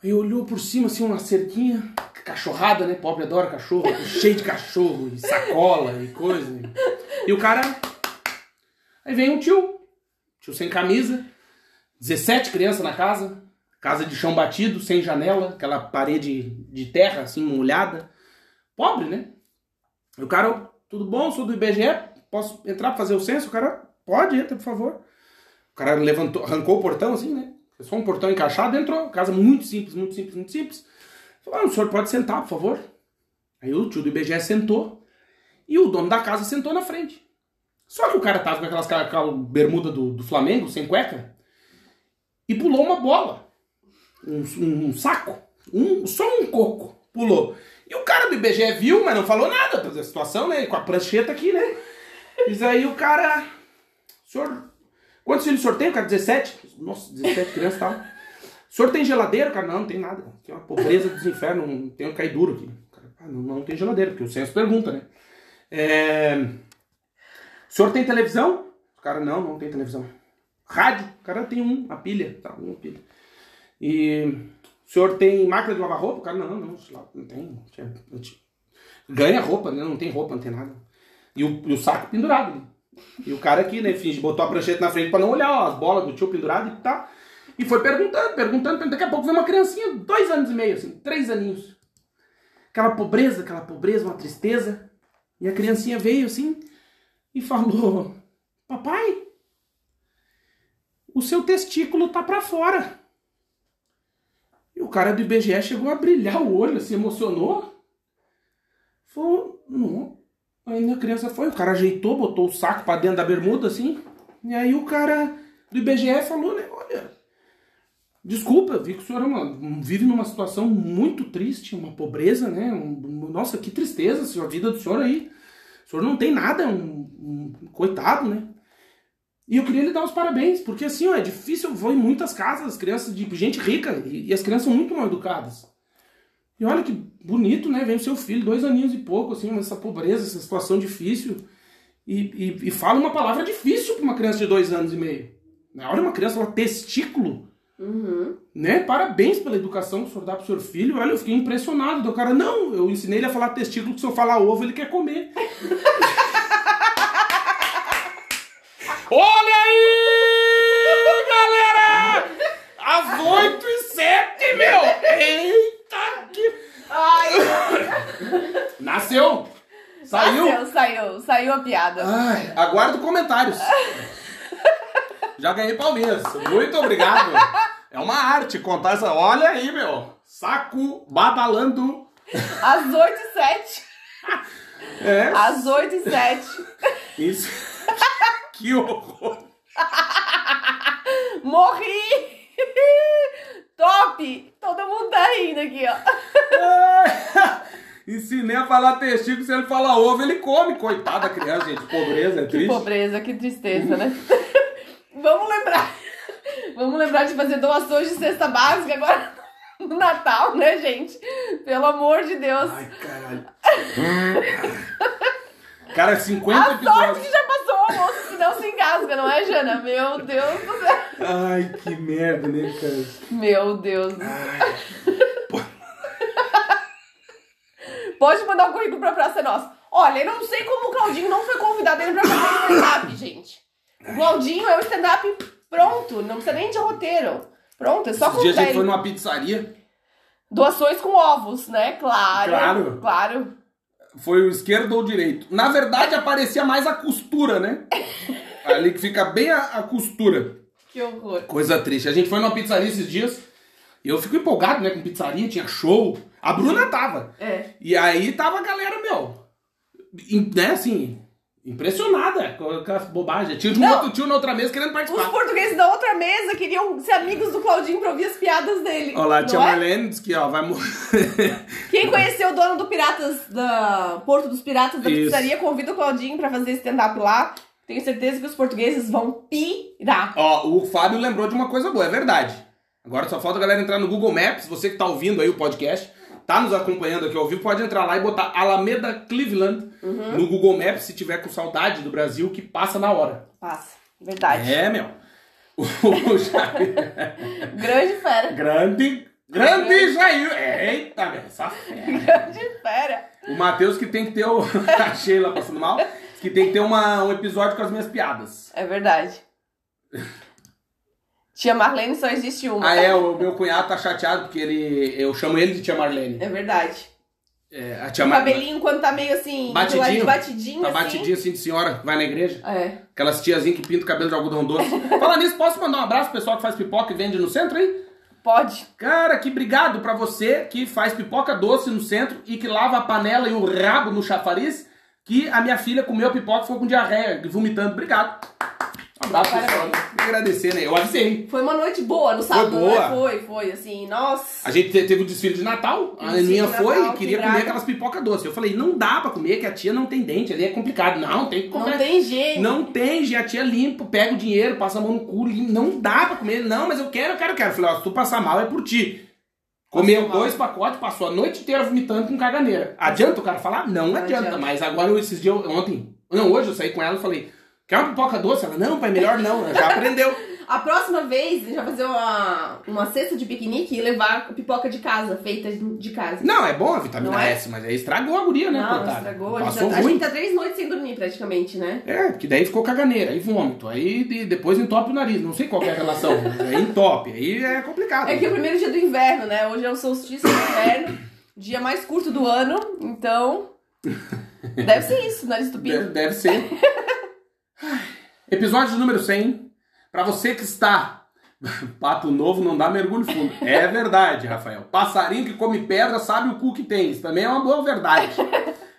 Aí olhou por cima, assim, uma cerquinha, cachorrada, né, pobre adora cachorro, cheio de cachorro, e sacola, e coisa. né. E o cara... Aí vem um tio, tio sem camisa, 17 crianças na casa, casa de chão batido, sem janela, aquela parede de terra, assim, molhada. Pobre, né? E o cara, tudo bom, sou do IBGE, posso entrar pra fazer o censo? O cara, pode, entra, por favor. O cara levantou, arrancou o portão, assim, né? Só um portão encaixado, entrou. Casa muito simples, muito simples, muito simples. Falou, ah, o senhor pode sentar, por favor. Aí o tio do IBGE sentou e o dono da casa sentou na frente. Só que o cara tava com aquelas ca- ca- bermuda do, do Flamengo, sem cueca, e pulou uma bola um, um- um saco, um, só um coco, pulou. E o cara do IBGE viu, mas não falou nada da situação, né? Com a prancheta aqui, né? Diz aí o cara. Senhor. Quantos filhos o senhor tem? O cara, 17. Nossa, 17 crianças e tal. O senhor tem geladeira? O cara, não, não tem nada. Tem uma pobreza dos infernos, não tem um cair duro aqui. O cara, ah, não, não tem geladeira, porque o censo pergunta, né? É... O senhor tem televisão? O cara, não, não tem televisão. Rádio? O cara tem um, uma pilha. Tá, uma pilha. E o senhor tem máquina de lavar roupa? O cara, não, não, sei lá, não tem. não tinha- não tinha. Ganha roupa, né? Não tem roupa, não tem nada. E o, e o saco pendurado. né? E o cara aqui, né, finge, botou a prancheta na frente pra não olhar ó, as bolas do tio pendurado e tá. E foi perguntando, perguntando, perguntando. Daqui a pouco vem uma criancinha, dois anos e meio, assim, três aninhos. Aquela pobreza, aquela pobreza, uma tristeza. E a criancinha veio assim e falou: Papai, o seu testículo tá pra fora. E o cara do IBGE chegou a brilhar o olho, se emocionou. Falou, não. Aí a criança foi, o cara ajeitou, botou o saco pra dentro da bermuda, assim. E aí o cara do IBGE falou, né, olha, desculpa, vi que o senhor é uma- vive numa situação muito triste, uma pobreza, né? um- nossa, que tristeza senhor, a vida do senhor aí. O senhor não tem nada, um- um coitado, né? E eu queria lhe dar os parabéns, porque assim, ó, é difícil, eu vou em muitas casas, crianças de gente rica, e, e as crianças são muito mal educadas. E olha que bonito, né? Vem o seu filho, dois aninhos e pouco, assim, essa pobreza, essa situação difícil. E, e, e fala uma palavra difícil para uma criança de dois anos e meio. Na hora uma criança, ela testículo, Uhum. né? Parabéns pela educação que o senhor dá pro seu filho. Olha, eu fiquei impressionado. O cara, não, eu ensinei ele a falar testículo, que se eu falar ovo, ele quer comer. <laughs> Olha aí, galera! Às 8 e 7, meu! Eita! Que... Nasceu! Saiu! Nasceu, saiu, saiu a piada. Ai, aguardo comentários. Já ganhei Palmeiras. Muito obrigado. É uma arte contar essa. Olha aí, meu. Saco badalando. Às 8 e 7. É. Às 8 e 7. Isso. <laughs> que horror. Morri! <laughs> Top! Todo mundo tá rindo aqui, ó. É. Ensinei a falar testículo, se ele fala ovo, ele come. Coitada da criança, gente. Pobreza, é Que triste. pobreza, que tristeza, né? <laughs> Vamos lembrar. Vamos lembrar de fazer doações de cesta básica agora no Natal, né, gente? Pelo amor de Deus. Ai, caralho. Cara, 50 A sorte episódios. que já passou o almoço, senão se engasga, não é, Jana? Meu Deus do céu. Ai, que merda, né, cara? Meu Deus. do céu. <laughs> Pode mandar o currículo pra Praça Nossa. Olha, eu não sei como o Claudinho não foi convidado ainda pra fazer <coughs> stand-up, gente. O Claudinho é um stand-up pronto, não precisa nem de roteiro. Pronto, é só Esses dias a convidar gente ele. foi numa pizzaria. Doações com ovos, né? Claro. Claro. Claro. Foi o esquerdo ou o direito? Na verdade, aparecia mais a <laughs> costura, né? Ali que fica bem a, a costura. Que horror. Coisa triste. A gente foi numa pizzaria esses dias. E eu fico empolgado, né? Com pizzaria, tinha show. A Bruna tava. É. E aí tava a galera, meu. im- Né, assim. Impressionada com com as bobagens. Tinha um Não. outro tio na outra mesa querendo Os participar. portugueses da outra mesa queriam ser amigos do Claudinho pra ouvir as piadas dele. Olha lá, não tia é? Marlene disse que, ó, <laughs> vai morrer. Quem conheceu o dono do Piratas, da Porto dos Piratas da Isso. pizzaria, convida o Claudinho pra fazer stand-up lá. Tenho certeza que os portugueses vão pirar. Ó, o Fábio lembrou de uma coisa boa, é verdade. Agora só falta a galera entrar no Google Maps, você que tá ouvindo aí o podcast, tá nos acompanhando aqui ao vivo, pode entrar lá e botar Alameda Cleveland Uhum. no Google Maps se tiver com saudade do Brasil, que passa na hora. Passa, verdade. É, meu. <laughs> O, o Jair. É. Grande fera. <laughs> grande. Grande Jair! Eita, meu, essa fera. Grande fera. O Matheus que tem que ter o. <laughs> A Sheila passando mal. Que tem que ter uma, um episódio com as minhas piadas. É verdade. Tia Marlene só existe uma. Ah, é, o meu cunhado tá chateado porque ele. Eu chamo ele de Tia Marlene. É verdade. É, a tia O Mar... cabelinho, quando tá meio assim, Batidinho. enroladinho, batidinho, Tá assim. batidinha assim de senhora, vai na igreja. É. Aquelas tiazinhas que pintam o cabelo de algodão doce. Falando nisso, posso mandar um abraço pro pessoal que faz pipoca e vende no centro aí? Pode. Cara, que obrigado pra você que faz pipoca doce no centro e que lava a panela e o rabo no chafariz, que a minha filha comeu a pipoca e ficou com diarreia, vomitando. Obrigado. Um abraço, pessoal. Parabéns. Tem que Agradecer, né? Eu avisei. Foi uma noite boa no sábado, não é? boa. Foi, foi, assim, nossa. A gente te- teve o desfile de Natal, a Desfile de Aninha Natal, foi e que queria brava. comer aquelas pipoca doce. Eu falei, não dá pra comer, que a tia não tem dente, ali é complicado. Não, tem que comer. Não tem jeito. Não tem, gente. A tia limpa, pega o dinheiro, passa a mão no cu, limpa. não dá pra comer. Não, mas eu quero, eu quero, eu quero. Eu falei, ó, se tu passar mal é por ti. Comeu mal. dois pacotes, passou a noite inteira vomitando com caganeira. Adianta o cara falar? Não, Não adianta. adianta. Mas agora, eu, esses dias, eu- ontem, não, hoje eu saí com ela e falei, quer uma pipoca doce? Ela, não, pai, melhor não. Ela já <laughs> aprendeu. A próxima vez, a gente vai fazer uma, uma cesta de piquenique e levar pipoca de casa, feita de casa. não, é bom a vitamina Não é? S, mas aí estragou a guria, né, Não, coitada? estragou. A gente, Passou tá, a ruim. gente tá três noites sem dormir, praticamente, né? É, porque daí ficou caganeira, aí vômito, aí de- depois entope o nariz, não sei qual que é a relação, <laughs> aí entope, aí é complicado. É que é o primeiro dia do inverno, né? Hoje é o solstício do inverno, dia mais curto do ano, então... Deve ser isso, né? nariz Deve, estupido. deve ser. Episódio número 100. Pra você que está. Pato novo não dá mergulho fundo. É verdade, Rafael. Passarinho que come pedra sabe o cu que tem. Isso também é uma boa verdade.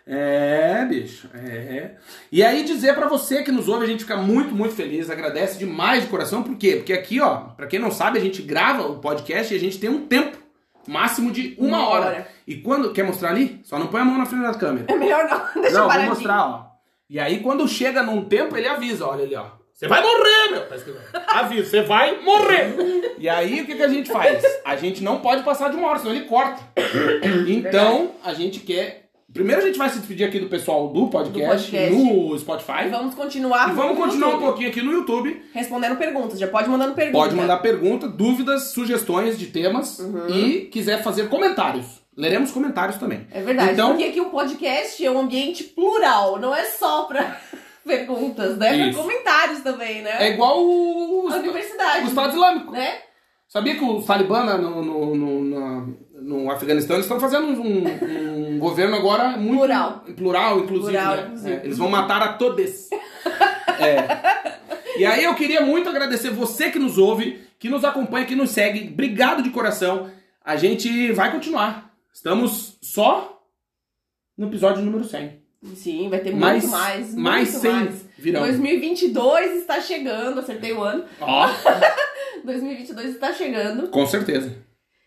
É, bicho. É. E aí dizer pra você que nos ouve, a gente fica muito, muito feliz, agradece demais de coração. Por quê? Porque aqui, ó, pra quem não sabe, a gente grava o podcast e a gente tem um tempo máximo de uma, Uma hora. hora. E quando quer mostrar ali? Só não põe a mão na frente da câmera É melhor não, <laughs> deixa não, vou paradinho. mostrar, ó. E aí, quando chega num tempo, ele avisa, olha ali, ó. Você vai morrer, meu! Tá escrito. Avisa, você vai morrer! E aí, o que, que a gente faz? A gente não pode passar de uma hora, senão ele corta. Então, a gente quer... Primeiro a gente vai se despedir aqui do pessoal do podcast, podcast. no E Spotify. vamos continuar. E vamos no continuar um YouTube. pouquinho aqui no YouTube. Respondendo perguntas, já pode mandando perguntas. Pode mandar pergunta, dúvidas, sugestões de temas. E quiser fazer comentários. Leremos comentários também. É verdade, Então- porque aqui o podcast é um ambiente plural, não é só pra <laughs> perguntas, né? Pra Isso. comentários também, É né? igual o, A o universidade, Estado Islâmico. né? Sabia que os talibã na- no, no, no, na- no Afeganistão eles estão fazendo um, um governo agora muito. Plural. Plural, inclusive. Plural, né? inclusive. É, eles vão matar a todos. É. E aí eu queria muito agradecer você que nos ouve, que nos acompanha, que nos segue. Obrigado de coração. A gente vai continuar. Estamos só no episódio número 100. Sim, vai ter mais, muito mais. mais muito 100 mais. virão. 2022 está chegando, acertei o ano. Ó, 2022 está chegando. com certeza.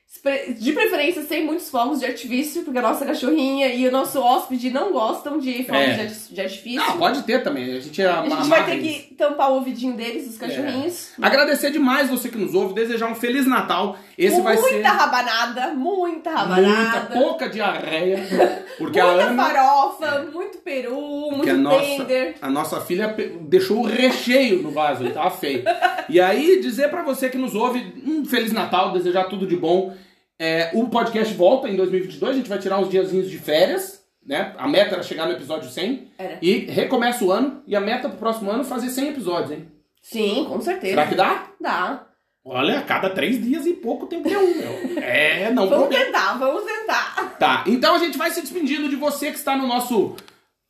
Espe- De preferência, sem muitos fogos de artifício, porque a nossa cachorrinha e o nosso hóspede não gostam de fogos É. de arti- de artifício. Não, pode ter também. A gente, a gente vai ter que tampar o ouvidinho deles, os cachorrinhos. É. Agradecer demais você que nos ouve, desejar um Feliz Natal. Esse Com vai muita ser rabanada, muita muita rabanada. pouca diarreia, porque a muita Ana, farofa, muito peru, que muito a nossa, tender. a nossa filha pe- deixou o recheio no vaso, ele tava feio. E aí dizer pra você que nos ouve, um Feliz Natal, desejar tudo de bom. É, o podcast volta em 2022, a gente vai tirar uns diazinhos de férias, né? A meta era chegar no episódio 100 Era. e recomeça o ano e a meta pro próximo ano é fazer 100 episódios, hein? Sim, com certeza. Será que dá? Dá. Olha, a cada três dias e pouco tem que ter um, meu. É, não Vamos promete. tentar, vamos tentar. Tá, então a gente vai se despedindo de você que está no nosso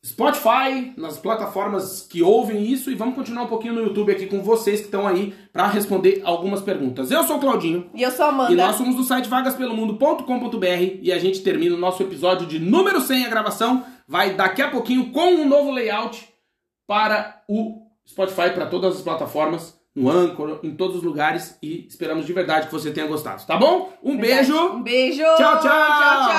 Spotify, nas plataformas que ouvem isso e vamos continuar um pouquinho no YouTube aqui com vocês que estão aí para responder algumas perguntas. Eu sou o Claudinho E eu sou a Amanda. e nós somos do site vagaspelomundo.com.br e a gente termina o nosso episódio de número 100 a gravação vai daqui a pouquinho com um novo layout para o Spotify para todas as plataformas, no Anchor, em todos os lugares e esperamos de verdade que você tenha gostado, tá bom? Um beijo. Um beijo. Tchau, tchau. Tchau, tchau.